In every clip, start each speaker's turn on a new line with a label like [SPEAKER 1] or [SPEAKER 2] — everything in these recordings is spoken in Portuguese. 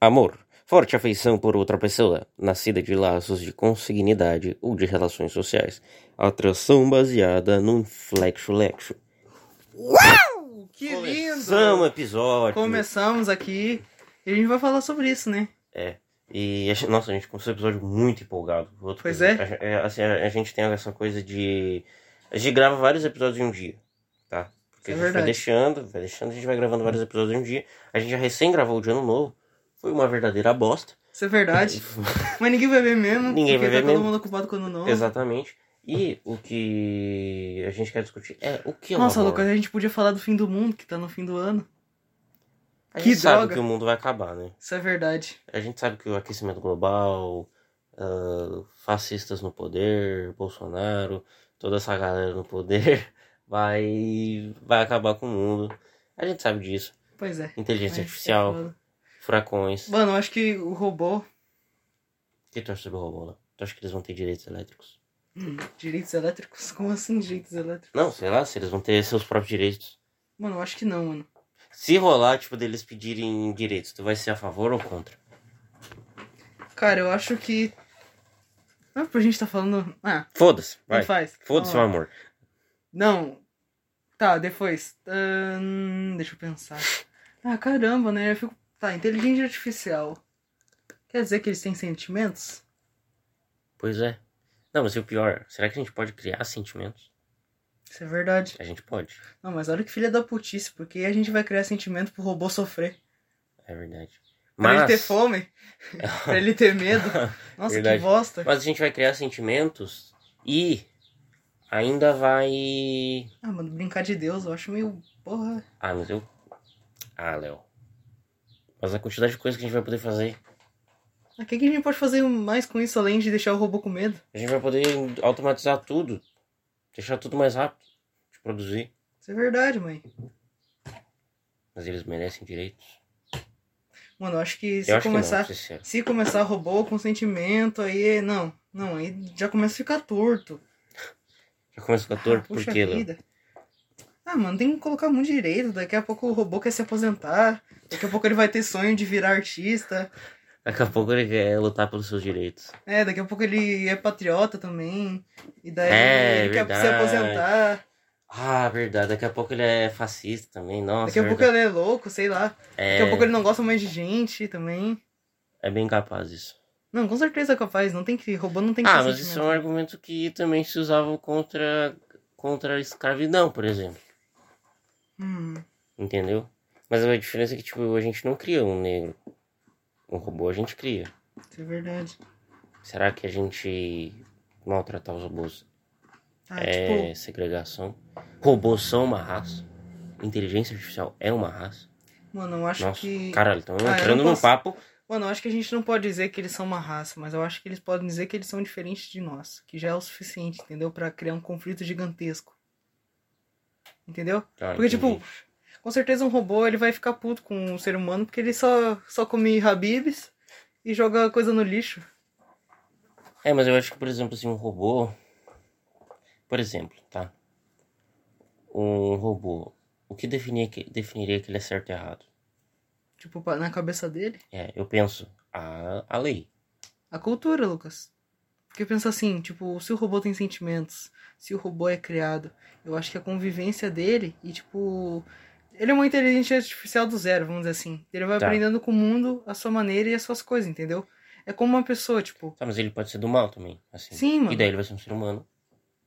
[SPEAKER 1] Amor, forte afeição por outra pessoa, nascida de laços de consanguinidade ou de relações sociais. Atração baseada num flexo-lexo.
[SPEAKER 2] Uau! Que
[SPEAKER 1] Começamos o
[SPEAKER 2] lindo!
[SPEAKER 1] episódio.
[SPEAKER 2] Começamos aqui e a gente vai falar sobre isso, né?
[SPEAKER 1] É. E, a gente- nossa, a gente começou o episódio muito empolgado. Outro
[SPEAKER 2] Pois
[SPEAKER 1] coisa- a- é, assim, a, a gente tem essa coisa de... A gente grava vários episódios em um dia, tá? Porque
[SPEAKER 2] É
[SPEAKER 1] a gente vai
[SPEAKER 2] verdade.
[SPEAKER 1] deixando, vai deixando, a gente vai gravando vários episódios em um dia. A gente já recém gravou o de ano novo. Foi uma verdadeira bosta.
[SPEAKER 2] Isso é verdade. Mas ninguém vai ver mesmo.
[SPEAKER 1] Ninguém vai
[SPEAKER 2] porque
[SPEAKER 1] ver
[SPEAKER 2] tá
[SPEAKER 1] mesmo.
[SPEAKER 2] todo mundo ocupado quando não.
[SPEAKER 1] Exatamente. E o que a gente quer discutir é o que é
[SPEAKER 2] Nossa,
[SPEAKER 1] uma
[SPEAKER 2] Lucas,
[SPEAKER 1] bola.
[SPEAKER 2] a gente podia falar do fim do mundo, que tá no fim do ano.
[SPEAKER 1] A
[SPEAKER 2] que
[SPEAKER 1] gente sabe
[SPEAKER 2] droga.
[SPEAKER 1] que o mundo vai acabar, né?
[SPEAKER 2] Isso é verdade.
[SPEAKER 1] A gente sabe que o aquecimento global, ah, fascistas no poder, Bolsonaro, toda essa galera no poder vai, vai acabar com o mundo. A gente sabe disso.
[SPEAKER 2] Pois é. Mas
[SPEAKER 1] Inteligência
[SPEAKER 2] é
[SPEAKER 1] artificial,
[SPEAKER 2] foda.
[SPEAKER 1] furacões. O
[SPEAKER 2] Mano, eu acho que o robô,
[SPEAKER 1] que tu acha sobre o robô lá? Tu acha que eles vão ter direitos elétricos?
[SPEAKER 2] hum, direitos elétricos? Como assim direitos elétricos?
[SPEAKER 1] Não, sei lá, se eles vão ter seus próprios direitos.
[SPEAKER 2] Mano, eu acho que não, mano.
[SPEAKER 1] Se rolar, tipo, deles pedirem direitos, tu vai ser a favor ou contra?
[SPEAKER 2] Cara, eu acho que. Não é porque a gente tá falando. Ah,
[SPEAKER 1] Foda-se, vai.
[SPEAKER 2] não faz.
[SPEAKER 1] Foda-se, meu
[SPEAKER 2] Vamos lá.
[SPEAKER 1] amor.
[SPEAKER 2] Não. Tá, depois. Ahn, deixa eu pensar. Ah, caramba, né? Eu fico. Tá, inteligência artificial. Quer dizer que eles têm sentimentos?
[SPEAKER 1] Pois é. Não, mas e o pior, será que a gente pode criar sentimentos?
[SPEAKER 2] Isso é verdade.
[SPEAKER 1] A gente pode.
[SPEAKER 2] Não, mas olha que filha da putice, porque a gente vai criar sentimento pro robô sofrer.
[SPEAKER 1] É verdade.
[SPEAKER 2] Pra ele
[SPEAKER 1] Mas,
[SPEAKER 2] ter fome, pra ele ter medo. Nossa,
[SPEAKER 1] Verdade.
[SPEAKER 2] que bosta.
[SPEAKER 1] mas a gente vai criar sentimentos e ainda vai.
[SPEAKER 2] Ah, mano, brincar de Deus, eu acho meio. Porra.
[SPEAKER 1] Ah, mas eu. Ah, Léo. Mas a quantidade de coisas que a gente vai poder fazer.
[SPEAKER 2] O que que a gente pode fazer mais com isso além de deixar o robô com medo?
[SPEAKER 1] A gente vai poder automatizar tudo. Deixar tudo mais rápido. De produzir.
[SPEAKER 2] Isso é verdade, mãe.
[SPEAKER 1] Mas eles merecem direitos.
[SPEAKER 2] Mano, eu acho que se
[SPEAKER 1] eu acho
[SPEAKER 2] começar.
[SPEAKER 1] que não, sincero.
[SPEAKER 2] Se começar robô com sentimento, aí. Não, não, aí já começa a ficar torto.
[SPEAKER 1] Já começa com a torre,
[SPEAKER 2] Ah,
[SPEAKER 1] por
[SPEAKER 2] puxa
[SPEAKER 1] quê, Léo?
[SPEAKER 2] vida. Ah, mano, tem que colocar muito direito. Daqui a pouco o robô quer se aposentar. Daqui a pouco ele vai ter sonho de virar artista.
[SPEAKER 1] Daqui a pouco ele quer lutar pelos seus direitos.
[SPEAKER 2] É, daqui a pouco ele é patriota também. E daí
[SPEAKER 1] É,
[SPEAKER 2] ele quer se
[SPEAKER 1] verdade.
[SPEAKER 2] aposentar.
[SPEAKER 1] Ah, verdade. Daqui a pouco ele é fascista também. Nossa,
[SPEAKER 2] daqui a pouco
[SPEAKER 1] verdade.
[SPEAKER 2] ele é louco, sei lá.
[SPEAKER 1] é...
[SPEAKER 2] Daqui a pouco ele não gosta mais de gente também.
[SPEAKER 1] é bem capaz isso.
[SPEAKER 2] Não, com certeza é capaz. Não tem que. Robô não tem que
[SPEAKER 1] ah,
[SPEAKER 2] ter
[SPEAKER 1] mas isso é
[SPEAKER 2] sentimento. né?
[SPEAKER 1] um argumento que também se usava contra, contra a escravidão, por exemplo.
[SPEAKER 2] Hum,
[SPEAKER 1] Entendeu? Mas a diferença é que, tipo, a gente não cria um negro. Um robô a gente cria.
[SPEAKER 2] isso é verdade.
[SPEAKER 1] Será que a gente maltratar os robôs
[SPEAKER 2] Ah,
[SPEAKER 1] é
[SPEAKER 2] tipo.
[SPEAKER 1] segregação? Robôs são uma raça. Inteligência artificial é uma raça.
[SPEAKER 2] Mano, eu acho
[SPEAKER 1] Nossa,
[SPEAKER 2] que.
[SPEAKER 1] caralho, estamos
[SPEAKER 2] Ah, eu
[SPEAKER 1] entrando
[SPEAKER 2] não
[SPEAKER 1] num
[SPEAKER 2] posso-
[SPEAKER 1] papo.
[SPEAKER 2] Mano, eu acho que a gente não pode dizer que eles são uma raça, mas eu acho que eles podem dizer que eles são diferentes de nós, que já é o suficiente, entendeu? Pra criar um conflito gigantesco. Entendeu?
[SPEAKER 1] Ah,
[SPEAKER 2] Porque,
[SPEAKER 1] entendi.
[SPEAKER 2] tipo, com certeza um robô ele vai ficar puto com um ser humano porque ele só, só come habibs e joga coisa no lixo.
[SPEAKER 1] É, mas eu acho que, por exemplo, assim, um robô. Por exemplo, tá? Um robô. O que definia que, definiria que ele é certo e errado?
[SPEAKER 2] Tipo, pa- na cabeça dele.
[SPEAKER 1] É, eu penso, a, a lei.
[SPEAKER 2] A cultura, Lucas. Porque eu penso assim, tipo, se o robô tem sentimentos, se o robô é criado, eu acho que a convivência dele e, tipo. Ele é uma inteligência artificial do zero, vamos dizer assim. Ele vai
[SPEAKER 1] Tá.
[SPEAKER 2] aprendendo com o mundo a sua maneira e as suas coisas, entendeu? É como uma pessoa, tipo.
[SPEAKER 1] Tá, mas ele pode ser do mal também, assim.
[SPEAKER 2] Sim, mano.
[SPEAKER 1] E daí ele vai ser um ser humano.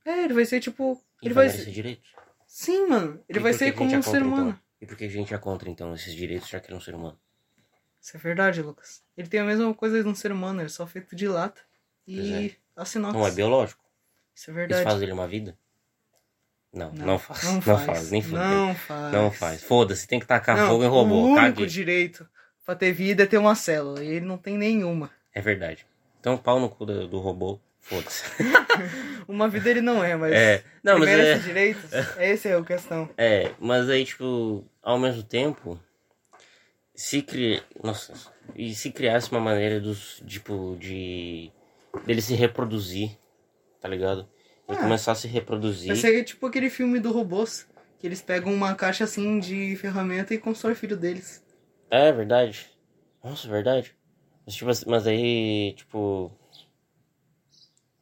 [SPEAKER 2] É, ele vai ser, tipo.
[SPEAKER 1] e
[SPEAKER 2] Ele vai
[SPEAKER 1] merecer
[SPEAKER 2] ser.
[SPEAKER 1] direitos.
[SPEAKER 2] Sim, mano. Ele
[SPEAKER 1] E
[SPEAKER 2] vai
[SPEAKER 1] por que
[SPEAKER 2] ser
[SPEAKER 1] que a
[SPEAKER 2] como
[SPEAKER 1] gente é
[SPEAKER 2] um ser
[SPEAKER 1] contra,
[SPEAKER 2] humano.
[SPEAKER 1] Então? E por que a gente é contra, então, esses direitos, já que ele é um ser humano?
[SPEAKER 2] Isso é verdade, Lucas. Ele tem a mesma coisa de um ser humano, ele é só feito de lata e assinox.
[SPEAKER 1] Não é biológico.
[SPEAKER 2] Isso é
[SPEAKER 1] Isso
[SPEAKER 2] verdade.
[SPEAKER 1] faz dele uma vida? Não, não, faz. Não, faz, nem fudeu.
[SPEAKER 2] Não faz.
[SPEAKER 1] Não faz. Foda-se, tem que tacar
[SPEAKER 2] Não,
[SPEAKER 1] Tá, fogo em robô.
[SPEAKER 2] O
[SPEAKER 1] Caguei.
[SPEAKER 2] único direito pra ter vida é ter uma célula. E ele não tem nenhuma.
[SPEAKER 1] É verdade. Então, pau no cu do, do robô, foda-se.
[SPEAKER 2] Uma vida ele não é, mas.
[SPEAKER 1] É, não, mas
[SPEAKER 2] merece
[SPEAKER 1] é,
[SPEAKER 2] direitos? Essa é a questão.
[SPEAKER 1] é, mas aí, tipo, ao mesmo tempo, se cria, nossa, e se criasse uma maneira dos, tipo, de, dele se reproduzir, tá ligado? Ele
[SPEAKER 2] Ah.
[SPEAKER 1] começar a se reproduzir,
[SPEAKER 2] Vai ser tipo aquele filme do robôs. Que eles pegam uma caixa assim de ferramenta e constroem o filho deles.
[SPEAKER 1] é verdade, Nossa, verdade. Mas, tipo, assim- mas aí, tipo.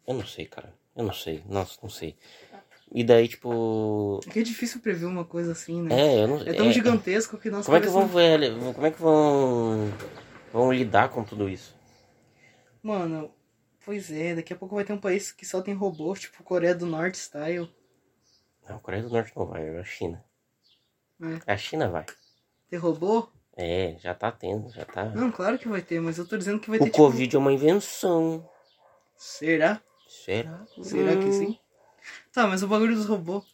[SPEAKER 1] Eu não sei, cara. Eu não sei. Nossa, não sei. E daí, tipo.
[SPEAKER 2] É que é difícil prever uma coisa assim, né?
[SPEAKER 1] É, eu não
[SPEAKER 2] É, tão gigantesco que nossa
[SPEAKER 1] Como é que vão
[SPEAKER 2] cabeça
[SPEAKER 1] ver- como é que vão vão lidar com tudo isso?
[SPEAKER 2] não- um- Mano, pois é, daqui a pouco vai ter um país que só tem robô, tipo Coreia do Norte style.
[SPEAKER 1] Não, a Coreia do Norte não vai, a China.
[SPEAKER 2] É.
[SPEAKER 1] A China vai.
[SPEAKER 2] Ter robô?
[SPEAKER 1] É, já tá tendo, já tá.
[SPEAKER 2] Não, claro que vai ter, mas eu tô dizendo que vai ter
[SPEAKER 1] O Covid é uma invenção.
[SPEAKER 2] tipo. Será?
[SPEAKER 1] Será?
[SPEAKER 2] Será que
[SPEAKER 1] Hum.
[SPEAKER 2] sim? Tá, mas o bagulho dos robôs.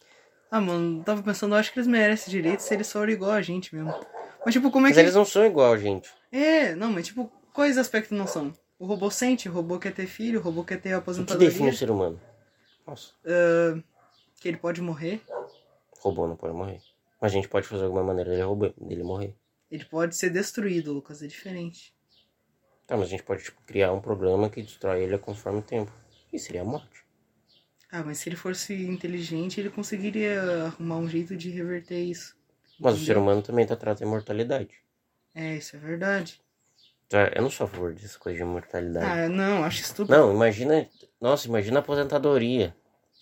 [SPEAKER 2] Ah, mano, tava pensando, eu acho que eles merecem direito se eles forem igual a gente mesmo. Mas tipo, como é
[SPEAKER 1] Mas
[SPEAKER 2] que.
[SPEAKER 1] eles não são igual, gente.
[SPEAKER 2] É, não, mas tipo, quais aspectos não são? O robô sente, o robô quer ter filho, o robô quer ter
[SPEAKER 1] O que
[SPEAKER 2] aposentadoria,
[SPEAKER 1] define o ser humano? Nossa,
[SPEAKER 2] que ele pode morrer,
[SPEAKER 1] robô não pode morrer. Mas a gente pode fazer alguma maneira dele, robô, dele morrer.
[SPEAKER 2] ele pode ser destruído, Lucas, é diferente.
[SPEAKER 1] Tá, mas a gente pode tipo, criar um programa que destrói ele conforme o tempo. E seria a morte.
[SPEAKER 2] Ah, mas se ele fosse inteligente, ele conseguiria arrumar um jeito de reverter isso.
[SPEAKER 1] Mas o ser
[SPEAKER 2] Entendeu?
[SPEAKER 1] humano também tá atrás da imortalidade.
[SPEAKER 2] É, isso é verdade.
[SPEAKER 1] Tá, Eu não sou a favor dessa coisa de imortalidade.
[SPEAKER 2] Ah, não, acho estúpido.
[SPEAKER 1] Não, imagina. Nossa, imagina a aposentadoria.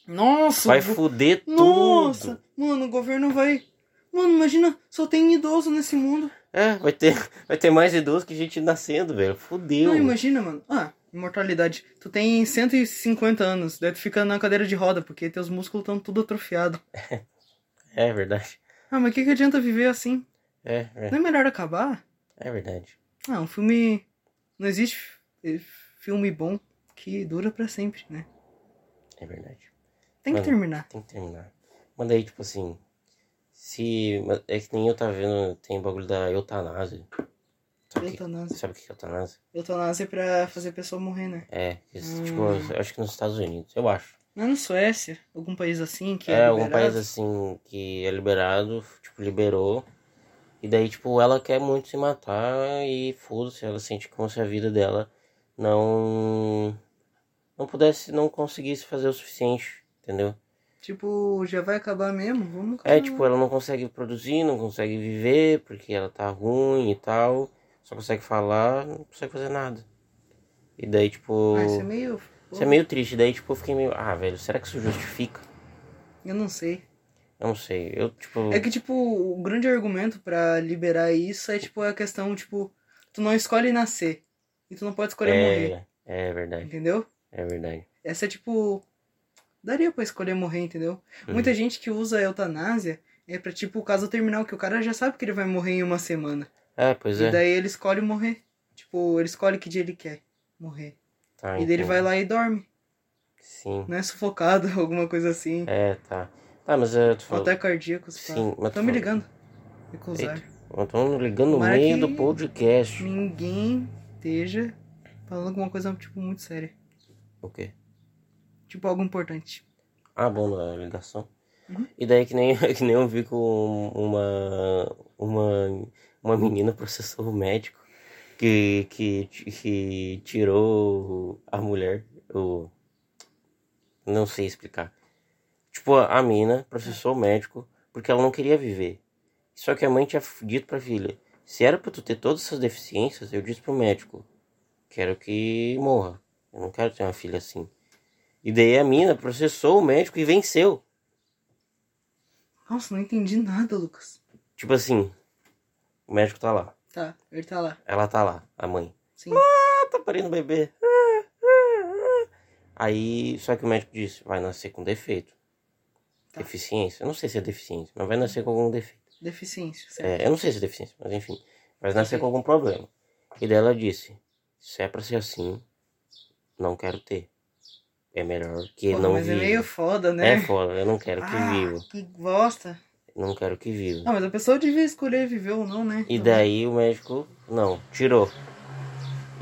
[SPEAKER 2] Nossa,
[SPEAKER 1] Vai
[SPEAKER 2] go-
[SPEAKER 1] fuder tudo.
[SPEAKER 2] nossa, mano, o governo vai... Mano, imagina, só tem idoso nesse mundo.
[SPEAKER 1] É, vai ter, vai ter mais idoso que gente nascendo, velho. Fudeu.
[SPEAKER 2] Não, imagina, mano. Ah, imortalidade. Tu tem 150 anos, daí tu fica na cadeira de roda, porque teus músculos estão tudo atrofiados.
[SPEAKER 1] É verdade.
[SPEAKER 2] Ah, mas o que, que adianta viver assim?
[SPEAKER 1] É, é,
[SPEAKER 2] Não é melhor acabar?
[SPEAKER 1] é verdade.
[SPEAKER 2] Ah, um filme. Não existe eh, filme bom que dura pra sempre, né?
[SPEAKER 1] É verdade.
[SPEAKER 2] Tem que
[SPEAKER 1] Mano.
[SPEAKER 2] terminar.
[SPEAKER 1] Tem que terminar. Mas daí, tipo assim. Se. mas É que nem eu tava vendo, tem bagulho da eutanásia. Sabe o que-
[SPEAKER 2] Eutanásia.
[SPEAKER 1] sabe o que é eutanásia?
[SPEAKER 2] Eutanásia é pra fazer a pessoa morrer, né?
[SPEAKER 1] É, que esse-
[SPEAKER 2] Hum.
[SPEAKER 1] tipo, eu acho que nos Estados Unidos, eu acho.
[SPEAKER 2] Não é na Suécia, algum país assim que
[SPEAKER 1] é,
[SPEAKER 2] é,
[SPEAKER 1] algum
[SPEAKER 2] liberado?
[SPEAKER 1] país assim que é liberado, tipo, liberou. E daí, tipo, ela quer muito se matar e foda-se, ela sente como se a vida dela não. Não pudesse, não conseguisse fazer o suficiente, entendeu?
[SPEAKER 2] Tipo, já vai acabar mesmo? Vamos
[SPEAKER 1] É,
[SPEAKER 2] acabar.
[SPEAKER 1] tipo, ela não consegue produzir, não consegue viver, porque ela tá ruim e tal. Só consegue falar, não consegue fazer nada. E daí, tipo.
[SPEAKER 2] Ah, isso é meio.
[SPEAKER 1] Isso é meio triste. Daí, tipo, eu fiquei meio. Ah, velho, será que isso justifica?
[SPEAKER 2] Eu não sei.
[SPEAKER 1] Eu não sei. Eu, tipo.
[SPEAKER 2] É que, tipo, o grande argumento pra liberar isso é, tipo, a questão, tipo, tu não escolhe nascer. E tu não pode escolher morrer.
[SPEAKER 1] é, é verdade,
[SPEAKER 2] Entendeu?
[SPEAKER 1] é verdade.
[SPEAKER 2] Essa é tipo. Daria pra escolher morrer, entendeu?
[SPEAKER 1] Hum.
[SPEAKER 2] Muita gente que usa a eutanásia é pra, tipo, o caso terminal, que o cara já sabe que ele vai morrer em uma semana.
[SPEAKER 1] É, pois é.
[SPEAKER 2] E daí ele escolhe morrer. Tipo, ele escolhe que dia ele quer morrer.
[SPEAKER 1] Tá,
[SPEAKER 2] e daí ele
[SPEAKER 1] entendi.
[SPEAKER 2] vai lá e dorme.
[SPEAKER 1] Sim.
[SPEAKER 2] Não é sufocado, alguma coisa assim.
[SPEAKER 1] É, tá. Tá, mas eu tô
[SPEAKER 2] Ou
[SPEAKER 1] falando.
[SPEAKER 2] até cardíaco, se
[SPEAKER 1] Sim,
[SPEAKER 2] pá.
[SPEAKER 1] mas
[SPEAKER 2] Tô
[SPEAKER 1] tu
[SPEAKER 2] me
[SPEAKER 1] falou-
[SPEAKER 2] ligando. Me acusar.
[SPEAKER 1] Eu tô ligando no
[SPEAKER 2] Tomara
[SPEAKER 1] meio
[SPEAKER 2] que-
[SPEAKER 1] do podcast.
[SPEAKER 2] Ninguém esteja falando alguma coisa, tipo, muito séria.
[SPEAKER 1] O quê?
[SPEAKER 2] Tipo, algo importante.
[SPEAKER 1] Ah, bom, na ligação.
[SPEAKER 2] Uhum.
[SPEAKER 1] E daí que nem, que nem eu vi com uma, uma, uma menina processou o médico que, que, que tirou a mulher. O, não sei explicar. Tipo, a, a mina processou o médico porque ela não queria viver. Só que a mãe tinha f- dito pra filha, se era pra tu ter todas essas deficiências, eu disse pro médico, quero que morra. Eu não quero ter uma filha assim. E daí a mina processou o médico e venceu.
[SPEAKER 2] Nossa, não entendi nada, Lucas.
[SPEAKER 1] Tipo assim, o médico tá lá,
[SPEAKER 2] Tá, ele tá lá.
[SPEAKER 1] ela tá lá, a mãe.
[SPEAKER 2] Sim.
[SPEAKER 1] Ah, tá parindo o bebê. Aí, só que o médico disse, vai nascer com defeito.
[SPEAKER 2] Tá.
[SPEAKER 1] Deficiência, eu não sei se é deficiência, mas vai nascer com algum defeito.
[SPEAKER 2] Deficiência, certo?
[SPEAKER 1] É, eu não sei se é deficiência, mas enfim, vai nascer com algum problema. E daí ela disse, se é pra ser assim, não quero ter. É melhor que
[SPEAKER 2] Pô,
[SPEAKER 1] não
[SPEAKER 2] mas
[SPEAKER 1] viva.
[SPEAKER 2] é meio foda, né?
[SPEAKER 1] É foda, eu não quero que
[SPEAKER 2] Ah,
[SPEAKER 1] viva.
[SPEAKER 2] que bosta.
[SPEAKER 1] Não quero que viva.
[SPEAKER 2] Ah, mas a pessoa devia escolher viver ou não, né?
[SPEAKER 1] E
[SPEAKER 2] Então,
[SPEAKER 1] daí o médico, não, tirou.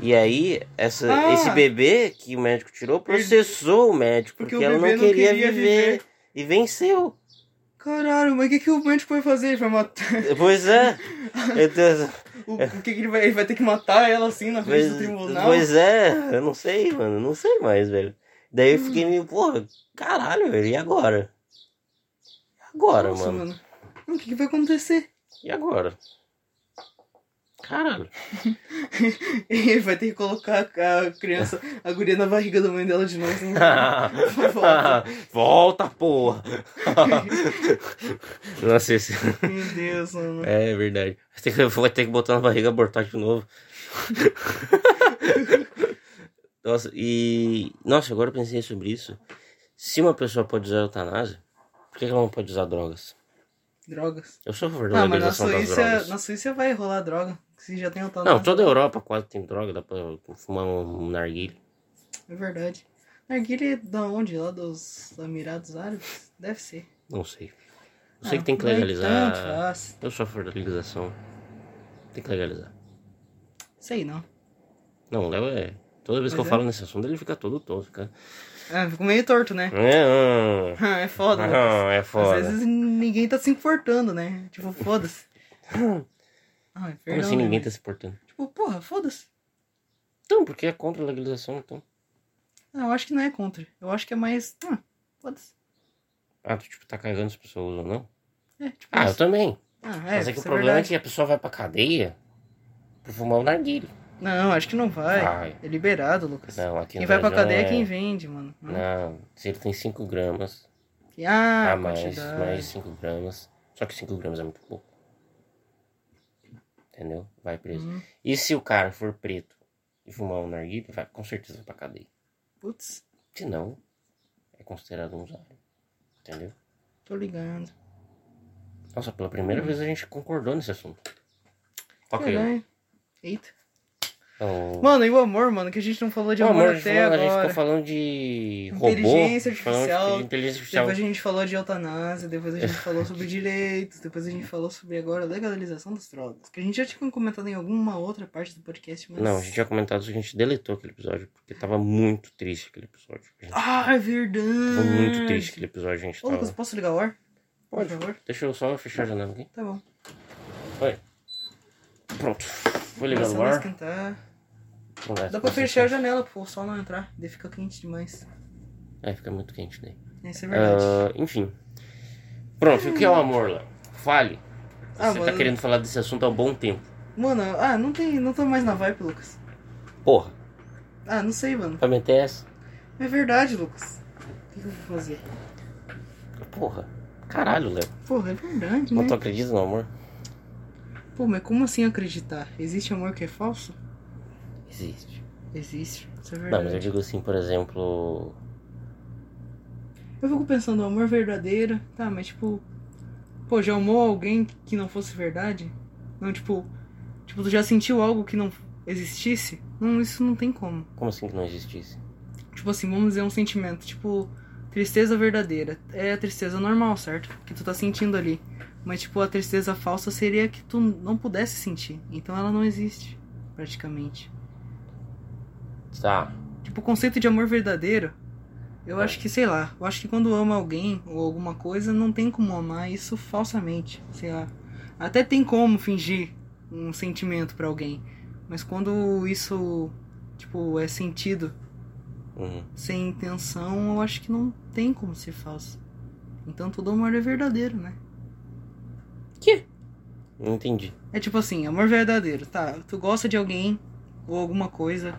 [SPEAKER 1] E aí, essa,
[SPEAKER 2] Ah!
[SPEAKER 1] esse bebê que o médico tirou processou o médico, porque,
[SPEAKER 2] Porque o
[SPEAKER 1] ela não
[SPEAKER 2] bebê
[SPEAKER 1] queria,
[SPEAKER 2] não queria
[SPEAKER 1] viver.
[SPEAKER 2] viver.
[SPEAKER 1] E venceu.
[SPEAKER 2] Caralho, mas o que, que o médico vai fazer? Ele vai matar.
[SPEAKER 1] Pois é. Então,
[SPEAKER 2] O, o que, que ele vai. Ele vai ter que matar ela assim na frente
[SPEAKER 1] pois,
[SPEAKER 2] do tribunal?
[SPEAKER 1] pois é, eu não sei, mano, não sei mais, velho. Daí eu fiquei meio, porra, caralho, velho, e agora? E agora,
[SPEAKER 2] Nossa,
[SPEAKER 1] é, mano?
[SPEAKER 2] Não, O que, que vai acontecer?
[SPEAKER 1] E agora? Caralho.
[SPEAKER 2] Ele vai ter que colocar a criança, a guria na barriga da mãe dela de novo. assim. Não volta.
[SPEAKER 1] Volta, porra! Nossa, esse...
[SPEAKER 2] Meu Deus, mano.
[SPEAKER 1] É verdade. Vai ter, que, vai ter que botar na barriga e abortar de novo. Nossa, e. Nossa, agora eu pensei sobre isso. Se uma pessoa pode usar eutanásia, por que ela não pode usar drogas?
[SPEAKER 2] Drogas.
[SPEAKER 1] Eu sou a favor da
[SPEAKER 2] Ah, mas na
[SPEAKER 1] legalização das
[SPEAKER 2] Suíça,
[SPEAKER 1] drogas.
[SPEAKER 2] na Suíça vai rolar droga. Se já tem um
[SPEAKER 1] Não,
[SPEAKER 2] eutanásia.
[SPEAKER 1] toda a Europa quase tem droga, dá pra fumar um narguilho.
[SPEAKER 2] É verdade. Narguilha é da onde? Lá dos Emirados Árabes? Deve ser.
[SPEAKER 1] Não sei. Eu sei
[SPEAKER 2] Ah,
[SPEAKER 1] que tem que
[SPEAKER 2] não é
[SPEAKER 1] legalizar.
[SPEAKER 2] tão fácil.
[SPEAKER 1] Eu sou a favor da legalização. Tem que legalizar.
[SPEAKER 2] Sei não.
[SPEAKER 1] Não, o Léo é. Toda vez que
[SPEAKER 2] Pois
[SPEAKER 1] eu
[SPEAKER 2] é.
[SPEAKER 1] falo nesse assunto, ele fica todo tonto, cara.
[SPEAKER 2] Ah, ficou meio torto, né?
[SPEAKER 1] É, hum.
[SPEAKER 2] Ah, é foda, Lucas.
[SPEAKER 1] Não, é foda.
[SPEAKER 2] Às vezes ninguém tá se importando, né? Tipo, foda-se. Ah, é
[SPEAKER 1] Como
[SPEAKER 2] perdão,
[SPEAKER 1] assim
[SPEAKER 2] né,
[SPEAKER 1] ninguém tá
[SPEAKER 2] mas-
[SPEAKER 1] se portando?
[SPEAKER 2] Tipo, porra, foda-se.
[SPEAKER 1] Então, porque é contra a legalização, então.
[SPEAKER 2] Não, eu acho que não é contra. Eu acho que é mais. Ah, foda-se.
[SPEAKER 1] Ah, tu tipo, tá cagando se a pessoa usa ou não?
[SPEAKER 2] É, tipo,
[SPEAKER 1] Ah, eu
[SPEAKER 2] isso.
[SPEAKER 1] também.
[SPEAKER 2] ah,
[SPEAKER 1] Mas é que o
[SPEAKER 2] isso
[SPEAKER 1] problema é
[SPEAKER 2] verdade.
[SPEAKER 1] que a pessoa vai pra cadeia por fumar o narguilho.
[SPEAKER 2] Não, acho que não vai.
[SPEAKER 1] Vai.
[SPEAKER 2] É liberado, Lucas.
[SPEAKER 1] Não, aqui
[SPEAKER 2] quem
[SPEAKER 1] no
[SPEAKER 2] vai pra
[SPEAKER 1] Brasil
[SPEAKER 2] cadeia é
[SPEAKER 1] é-
[SPEAKER 2] quem vende, mano.
[SPEAKER 1] Não, se ele tem 5 gramas,
[SPEAKER 2] Que- Ah,
[SPEAKER 1] ah,
[SPEAKER 2] a
[SPEAKER 1] mais,
[SPEAKER 2] quantidade.
[SPEAKER 1] mais 5 gramas. Só que 5 gramas é muito pouco. Entendeu? Vai preso.
[SPEAKER 2] Hum,
[SPEAKER 1] E se o cara for preto e fumar um narguilho, vai com certeza pra cadeia.
[SPEAKER 2] putz,
[SPEAKER 1] Se não, é considerado um usuário. Entendeu?
[SPEAKER 2] tô ligando.
[SPEAKER 1] Nossa, pela primeira vez a gente concordou nesse assunto. Ok.
[SPEAKER 2] Caralho. Eita.
[SPEAKER 1] Então,
[SPEAKER 2] Mano, e o amor, mano? Que a gente não falou de
[SPEAKER 1] Pô,
[SPEAKER 2] amor,
[SPEAKER 1] amor, a gente
[SPEAKER 2] até
[SPEAKER 1] falou- a gente
[SPEAKER 2] agora.
[SPEAKER 1] ficou falando de robô.
[SPEAKER 2] Inteligência
[SPEAKER 1] falando de
[SPEAKER 2] artificial.
[SPEAKER 1] inteligência artificial.
[SPEAKER 2] Depois a gente falou de eutanásia, depois a gente falou sobre direitos, depois a gente falou sobre agora a legalização das drogas. Que a gente já tinha comentado em alguma outra parte do podcast, mas.
[SPEAKER 1] Não, a gente tinha comentado isso que a gente deletou aquele episódio, porque tava muito triste aquele episódio. A gente
[SPEAKER 2] Ah, é verdade!
[SPEAKER 1] Tava muito triste aquele episódio, a gente
[SPEAKER 2] Ah, Ô, Lucas,
[SPEAKER 1] tava...
[SPEAKER 2] posso ligar o ar?
[SPEAKER 1] Pode.
[SPEAKER 2] Por favor?
[SPEAKER 1] Deixa eu só fechar a janela aqui.
[SPEAKER 2] Tá bom.
[SPEAKER 1] Vai. Pronto. Vou ligar
[SPEAKER 2] Só
[SPEAKER 1] o
[SPEAKER 2] não
[SPEAKER 1] ar.
[SPEAKER 2] esquentar.
[SPEAKER 1] Não dá
[SPEAKER 2] Dá
[SPEAKER 1] essa
[SPEAKER 2] pra fechar a
[SPEAKER 1] concentração.
[SPEAKER 2] janela, pô, o sol não entrar. Daí fica quente demais.
[SPEAKER 1] É, fica muito quente daí.
[SPEAKER 2] Isso é verdade.
[SPEAKER 1] Ah, enfim. Pronto, o que é o amor, Léo? Fale. Você
[SPEAKER 2] Ah,
[SPEAKER 1] tá
[SPEAKER 2] mano.
[SPEAKER 1] querendo falar desse assunto há um bom tempo.
[SPEAKER 2] Mano, ah, não tem. Não tô mais na vibe, Lucas.
[SPEAKER 1] Porra,
[SPEAKER 2] Ah, não sei, mano.
[SPEAKER 1] pra meter essa?
[SPEAKER 2] É verdade, Lucas. O que, que eu vou fazer?
[SPEAKER 1] Porra. Caralho, Léo.
[SPEAKER 2] Porra, é verdade, né?
[SPEAKER 1] Não tu acredita no amor?
[SPEAKER 2] Pô, mas como assim acreditar? Existe amor que é falso?
[SPEAKER 1] Existe.
[SPEAKER 2] Existe. Isso é
[SPEAKER 1] Não,
[SPEAKER 2] verdade.
[SPEAKER 1] mas eu digo assim, por exemplo.
[SPEAKER 2] Eu fico pensando, o amor verdadeiro, tá, mas tipo. Pô, já amou alguém que não fosse verdade? Não, tipo. Tipo, tu já sentiu algo que não existisse? Não, isso não tem como.
[SPEAKER 1] Como assim que não existisse?
[SPEAKER 2] Tipo assim, vamos dizer um sentimento, tipo, tristeza verdadeira. É a tristeza normal, certo? Que tu tá sentindo ali. Mas, tipo, a tristeza falsa seria a que tu não pudesse sentir. Então ela não existe, praticamente.
[SPEAKER 1] Tá.
[SPEAKER 2] Tipo, o conceito de amor verdadeiro, eu acho que, sei lá, eu acho que quando ama alguém ou alguma coisa, não tem como amar isso falsamente, sei lá. Até tem como fingir um sentimento pra alguém, mas quando isso, tipo, é sentido
[SPEAKER 1] Uhum.
[SPEAKER 2] sem intenção, eu acho que não tem como ser falso. Então todo amor é verdadeiro, né?
[SPEAKER 1] Não entendi.
[SPEAKER 2] É tipo assim, amor verdadeiro, tá? Tu gosta de alguém ou alguma coisa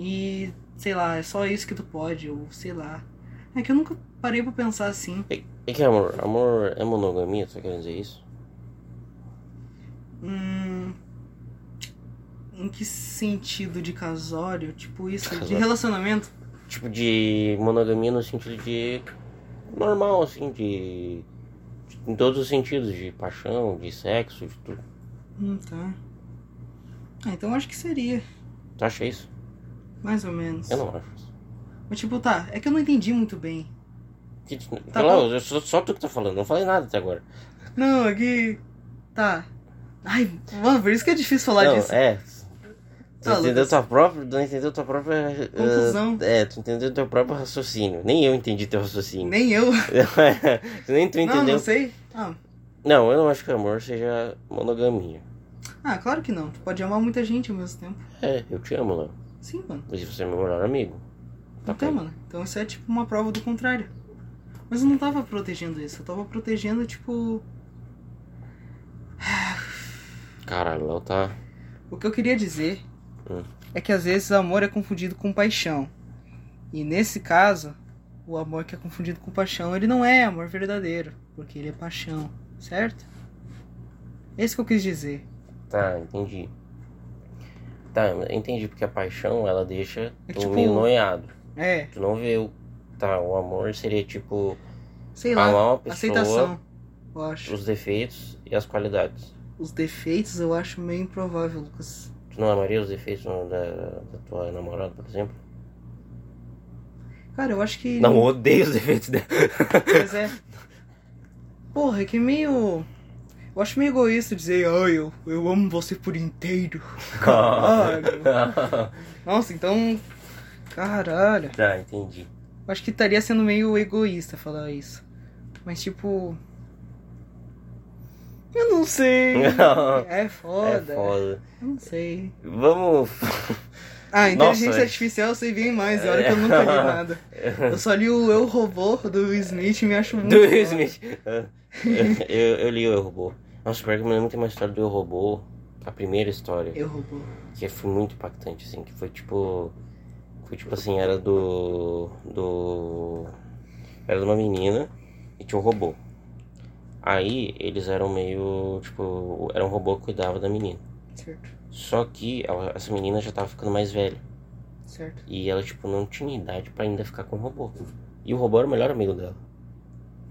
[SPEAKER 2] e sei lá, é só isso que tu pode ou sei lá. É que eu nunca parei pra pensar assim.
[SPEAKER 1] E que é amor? Amor é monogamia? Tu tá querendo dizer isso?
[SPEAKER 2] Hum, em que sentido de casório, tipo isso, de
[SPEAKER 1] Casório.
[SPEAKER 2] relacionamento?
[SPEAKER 1] Tipo de monogamia no sentido de. normal, assim, de. de- em todos os sentidos, de paixão, de sexo, de tudo.
[SPEAKER 2] Hum, tá. Ah, então eu acho que seria,
[SPEAKER 1] Tu acha isso?
[SPEAKER 2] mais ou menos.
[SPEAKER 1] Eu não acho isso.
[SPEAKER 2] Mas tipo, tá, é que eu não entendi muito bem.
[SPEAKER 1] Que,
[SPEAKER 2] Tá
[SPEAKER 1] Léo, eu sou só tu que tá falando, não falei nada até agora.
[SPEAKER 2] Não, aqui. Tá. Ai, mano, por isso que é difícil falar
[SPEAKER 1] não,
[SPEAKER 2] disso.
[SPEAKER 1] é. Tu
[SPEAKER 2] Tá,
[SPEAKER 1] entendeu
[SPEAKER 2] Lucas.
[SPEAKER 1] tua própria. Tu não entendeu tua própria. eh,
[SPEAKER 2] Conclusão.
[SPEAKER 1] é, tu entendeu teu próprio raciocínio. Nem eu entendi teu raciocínio.
[SPEAKER 2] Nem eu.
[SPEAKER 1] Nem tu
[SPEAKER 2] Não,
[SPEAKER 1] assim. entendeu.
[SPEAKER 2] não sei. Ah,
[SPEAKER 1] Não, eu não acho que o amor seja monogamia.
[SPEAKER 2] ah, claro que não. Tu pode amar muita gente ao mesmo tempo.
[SPEAKER 1] É, eu te amo, Léo.
[SPEAKER 2] Sim, mano.
[SPEAKER 1] Mas você é meu melhor amigo. Tá
[SPEAKER 2] Então,
[SPEAKER 1] bem.
[SPEAKER 2] mano. Então isso é tipo uma prova do contrário. Mas eu não tava protegendo isso. Eu tava protegendo, tipo.
[SPEAKER 1] Caralho, Léo tá.
[SPEAKER 2] O que eu queria dizer
[SPEAKER 1] Hum.
[SPEAKER 2] é que às vezes o amor é confundido com paixão. E nesse caso, o amor que é confundido com paixão, ele não é amor verdadeiro, porque ele é paixão, certo? Esse que eu quis dizer.
[SPEAKER 1] Tá, entendi. Tá, entendi, porque a paixão, ela deixa um
[SPEAKER 2] É que,
[SPEAKER 1] tu
[SPEAKER 2] tipo,
[SPEAKER 1] enlonhado.
[SPEAKER 2] É,
[SPEAKER 1] Tu não vê o... Tá, o amor seria, tipo,
[SPEAKER 2] sei lá,
[SPEAKER 1] amar uma pessoa,
[SPEAKER 2] aceitação, eu acho.
[SPEAKER 1] os defeitos e as qualidades.
[SPEAKER 2] Os defeitos eu acho meio improvável, Lucas.
[SPEAKER 1] Tu não amaria os defeitos da, da tua namorada, por exemplo?
[SPEAKER 2] Cara, eu acho que.
[SPEAKER 1] Não, eu odeio os defeitos dela.
[SPEAKER 2] Pois é. Porra, é que meio. Eu acho meio egoísta dizer, ah, eu, eu amo você por inteiro. Caralho. Nossa, então. Caralho.
[SPEAKER 1] tá, entendi.
[SPEAKER 2] Eu acho que estaria sendo meio egoísta falar isso. Mas tipo. Eu não sei.
[SPEAKER 1] Não.
[SPEAKER 2] É foda.
[SPEAKER 1] É foda.
[SPEAKER 2] Eu não sei.
[SPEAKER 1] Vamos...
[SPEAKER 2] Ah, inteligência
[SPEAKER 1] Nossa, é.
[SPEAKER 2] artificial eu sei bem mais. E olha que eu nunca li nada. Eu só li o Eu Robô do Will Smith e me acho muito.
[SPEAKER 1] Do
[SPEAKER 2] foda.
[SPEAKER 1] Will Smith. Ah, eu, eu li o Eu Robô. Nossa, pior que eu me lembro que tem uma história do Eu Robô, a primeira história,
[SPEAKER 2] Eu Robô.
[SPEAKER 1] que foi muito impactante, assim, que foi tipo. Foi tipo assim, era do. do. Era de uma menina e tinha um robô. Aí eles eram meio. Tipo, era um robô que cuidava da menina.
[SPEAKER 2] Certo,
[SPEAKER 1] Só que ela- essa menina já tava ficando mais velha.
[SPEAKER 2] certo.
[SPEAKER 1] E ela, tipo, não tinha idade pra ainda ficar com o robô. E o robô era o melhor amigo dela.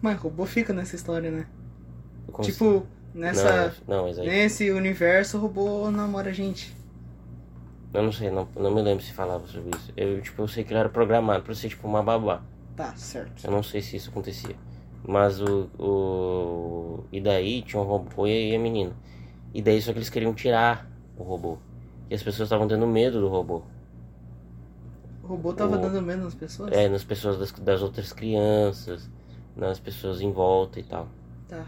[SPEAKER 2] Mas robô fica nessa história, né?
[SPEAKER 1] Eu como assim?
[SPEAKER 2] Tipo, nessa.
[SPEAKER 1] Não, não, mas aí.
[SPEAKER 2] Nesse universo, o robô namora a gente.
[SPEAKER 1] Eu não sei, não, não me lembro se falava sobre isso. Eu, tipo, eu sei que ele era programado pra ser, tipo, uma babá.
[SPEAKER 2] Tá, certo.
[SPEAKER 1] Eu não sei se isso acontecia. Mas o... o... E daí tinha um robô e a menina. E daí só que eles queriam tirar o robô. E as pessoas estavam tendo medo do robô.
[SPEAKER 2] O robô tava
[SPEAKER 1] O-
[SPEAKER 2] dando medo nas pessoas?
[SPEAKER 1] É, nas pessoas das, das outras crianças, nas pessoas em volta e tal.
[SPEAKER 2] Tá.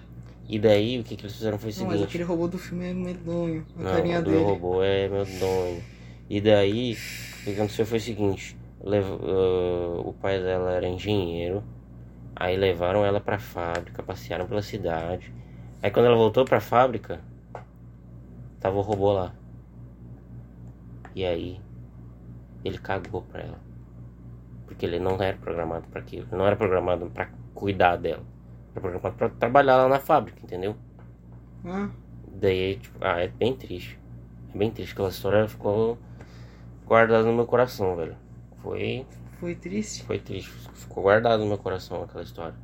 [SPEAKER 1] E daí o que, que eles fizeram foi o
[SPEAKER 2] Não, mas
[SPEAKER 1] É seguinte...
[SPEAKER 2] aquele robô do filme é medonho. A
[SPEAKER 1] Não,
[SPEAKER 2] carinha
[SPEAKER 1] o do
[SPEAKER 2] dele.
[SPEAKER 1] robô é meu dono. E daí, o que aconteceu foi o seguinte: lev- ah, o pai dela era engenheiro, aí levaram ela pra fábrica, passearam pela cidade. Aí quando ela voltou pra fábrica, tava o robô lá. E aí, ele cagou pra ela. Porque ele não era programado pra aquilo, ele não era programado pra cuidar dela. Era programado pra trabalhar lá na fábrica, entendeu?
[SPEAKER 2] Ah,
[SPEAKER 1] Daí, tipo, ah, é bem triste. É bem triste. Aquela história ficou guardada no meu coração, velho. Foi,
[SPEAKER 2] foi triste?
[SPEAKER 1] foi triste. Ficou guardada no meu coração aquela história.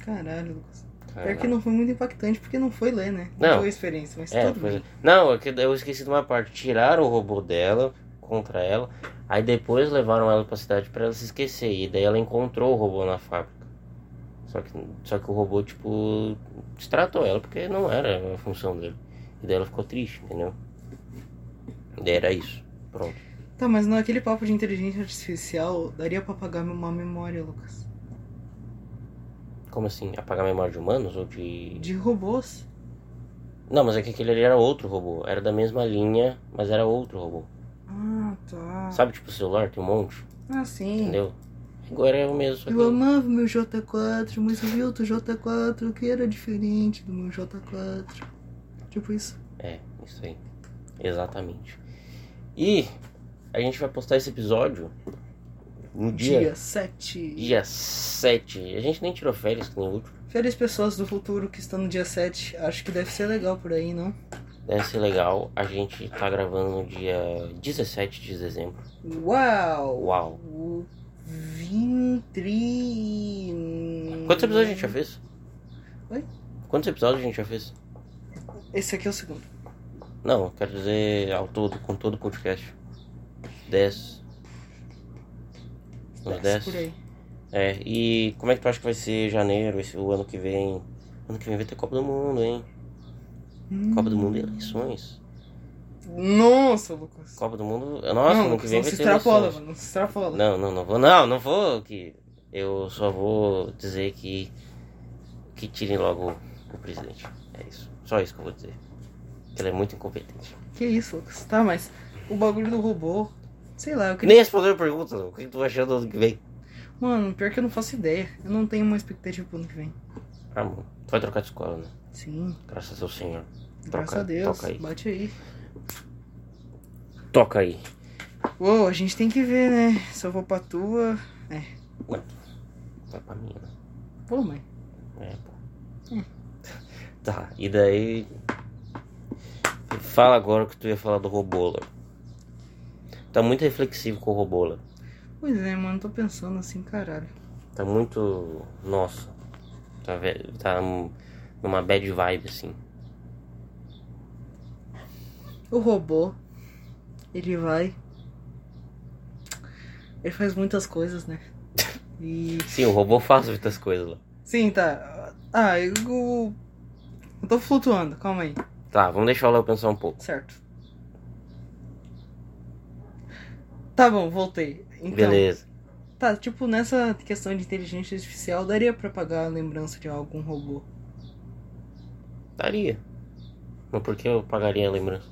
[SPEAKER 2] Caralho, Lucas.
[SPEAKER 1] Cara,
[SPEAKER 2] Pior É que não foi muito impactante porque não foi ler, né?
[SPEAKER 1] É. Não.
[SPEAKER 2] foi experiência, mas
[SPEAKER 1] é,
[SPEAKER 2] tudo né?
[SPEAKER 1] pois é.
[SPEAKER 2] bem.
[SPEAKER 1] Não, é que eu esqueci de uma parte. Tiraram o robô dela contra ela. Aí depois levaram ela pra cidade pra ela se esquecer. E daí ela encontrou o robô na fábrica. Só que, só que o robô, tipo, destratou ela porque não era a função dele. E daí ela ficou triste, entendeu? E daí era isso. Pronto.
[SPEAKER 2] Tá, mas naquele papo de inteligência artificial, daria pra apagar uma memória, Lucas.
[SPEAKER 1] Como assim? Apagar a memória de humanos ou de.
[SPEAKER 2] De robôs.
[SPEAKER 1] Não, mas é que aquele ali era outro robô. Era da mesma linha, mas era outro robô.
[SPEAKER 2] Ah, tá.
[SPEAKER 1] Sabe, tipo, o celular tem um monte,
[SPEAKER 2] Ah, sim.
[SPEAKER 1] entendeu? Agora é o mesmo. Só que...
[SPEAKER 2] Eu amava meu J4, mas eu vi outro J4 que era diferente do meu J4. Tipo isso.
[SPEAKER 1] É, isso aí. Exatamente. E a gente vai postar esse episódio no dia.
[SPEAKER 2] Dia 7.
[SPEAKER 1] Dia 7. A gente nem tirou férias que nem o último.
[SPEAKER 2] Férias pessoas do futuro que estão no dia 7. Acho que deve ser legal por aí, não?
[SPEAKER 1] Deve ser legal. A gente tá gravando no dia 17 de dezembro.
[SPEAKER 2] Uau!
[SPEAKER 1] Uau!
[SPEAKER 2] O Vintri.
[SPEAKER 1] Quantos episódios a gente já fez?
[SPEAKER 2] Oi?
[SPEAKER 1] Quantos episódios a gente já fez?
[SPEAKER 2] Esse aqui é o segundo.
[SPEAKER 1] Não, quero dizer ao todo, com todo o podcast. 10. Uns 10.
[SPEAKER 2] Por aí.
[SPEAKER 1] É, e como é que tu acha que vai ser janeiro, esse, o ano que vem? Ano que vem vai ter Copa do Mundo, hein? Copa do Mundo e eleições.
[SPEAKER 2] Nossa, Lucas.
[SPEAKER 1] Copa do Mundo. Nossa,
[SPEAKER 2] não,
[SPEAKER 1] ano que
[SPEAKER 2] Lucas,
[SPEAKER 1] vem
[SPEAKER 2] não
[SPEAKER 1] vai
[SPEAKER 2] se
[SPEAKER 1] ter
[SPEAKER 2] extrapola,
[SPEAKER 1] eleições.
[SPEAKER 2] mano. Não se extrapola.
[SPEAKER 1] Não, não, não vou. Não, não vou. Que eu só vou dizer que. Que tirem logo o presidente. É isso. Só isso que eu vou dizer. Que ele é muito incompetente.
[SPEAKER 2] Que isso, Lucas. Tá, mas o bagulho do robô. Sei lá, eu queria.
[SPEAKER 1] Nem respondeu a pergunta, o que que tu vai achar do ano que vem?
[SPEAKER 2] Mano, pior que eu não faço ideia. Eu não tenho uma expectativa pro ano que vem.
[SPEAKER 1] Ah, mano, tu vai trocar de escola, né?
[SPEAKER 2] Sim,
[SPEAKER 1] Graças ao Senhor.
[SPEAKER 2] graças
[SPEAKER 1] Troca-
[SPEAKER 2] a Deus.
[SPEAKER 1] troca aí.
[SPEAKER 2] Bate aí.
[SPEAKER 1] Toca aí.
[SPEAKER 2] Uou, a gente tem que ver, né? Se eu vou pra tua.
[SPEAKER 1] Vai pra mim, né?
[SPEAKER 2] Pô, mãe.
[SPEAKER 1] É, pô.
[SPEAKER 2] Hum.
[SPEAKER 1] Tá, e daí. Fala agora o que tu ia falar do Robola. Tá muito reflexivo com o Robola.
[SPEAKER 2] Pois é, mano, tô pensando assim, caralho.
[SPEAKER 1] Tá muito. Nossa. Tá, ve- tá num- numa bad vibe assim.
[SPEAKER 2] O robô, ele vai. Ele faz muitas coisas, né? E.
[SPEAKER 1] Sim, o robô faz muitas coisas lá.
[SPEAKER 2] Sim, tá. Ah, eu. Eu tô flutuando, calma aí.
[SPEAKER 1] Tá, vamos deixar o Léo pensar um pouco.
[SPEAKER 2] Certo. Tá bom, voltei. Então,
[SPEAKER 1] Beleza.
[SPEAKER 2] Tá, tipo, nessa questão de inteligência artificial, daria pra pagar a lembrança de algum robô.
[SPEAKER 1] Daria. Mas por que eu pagaria a lembrança?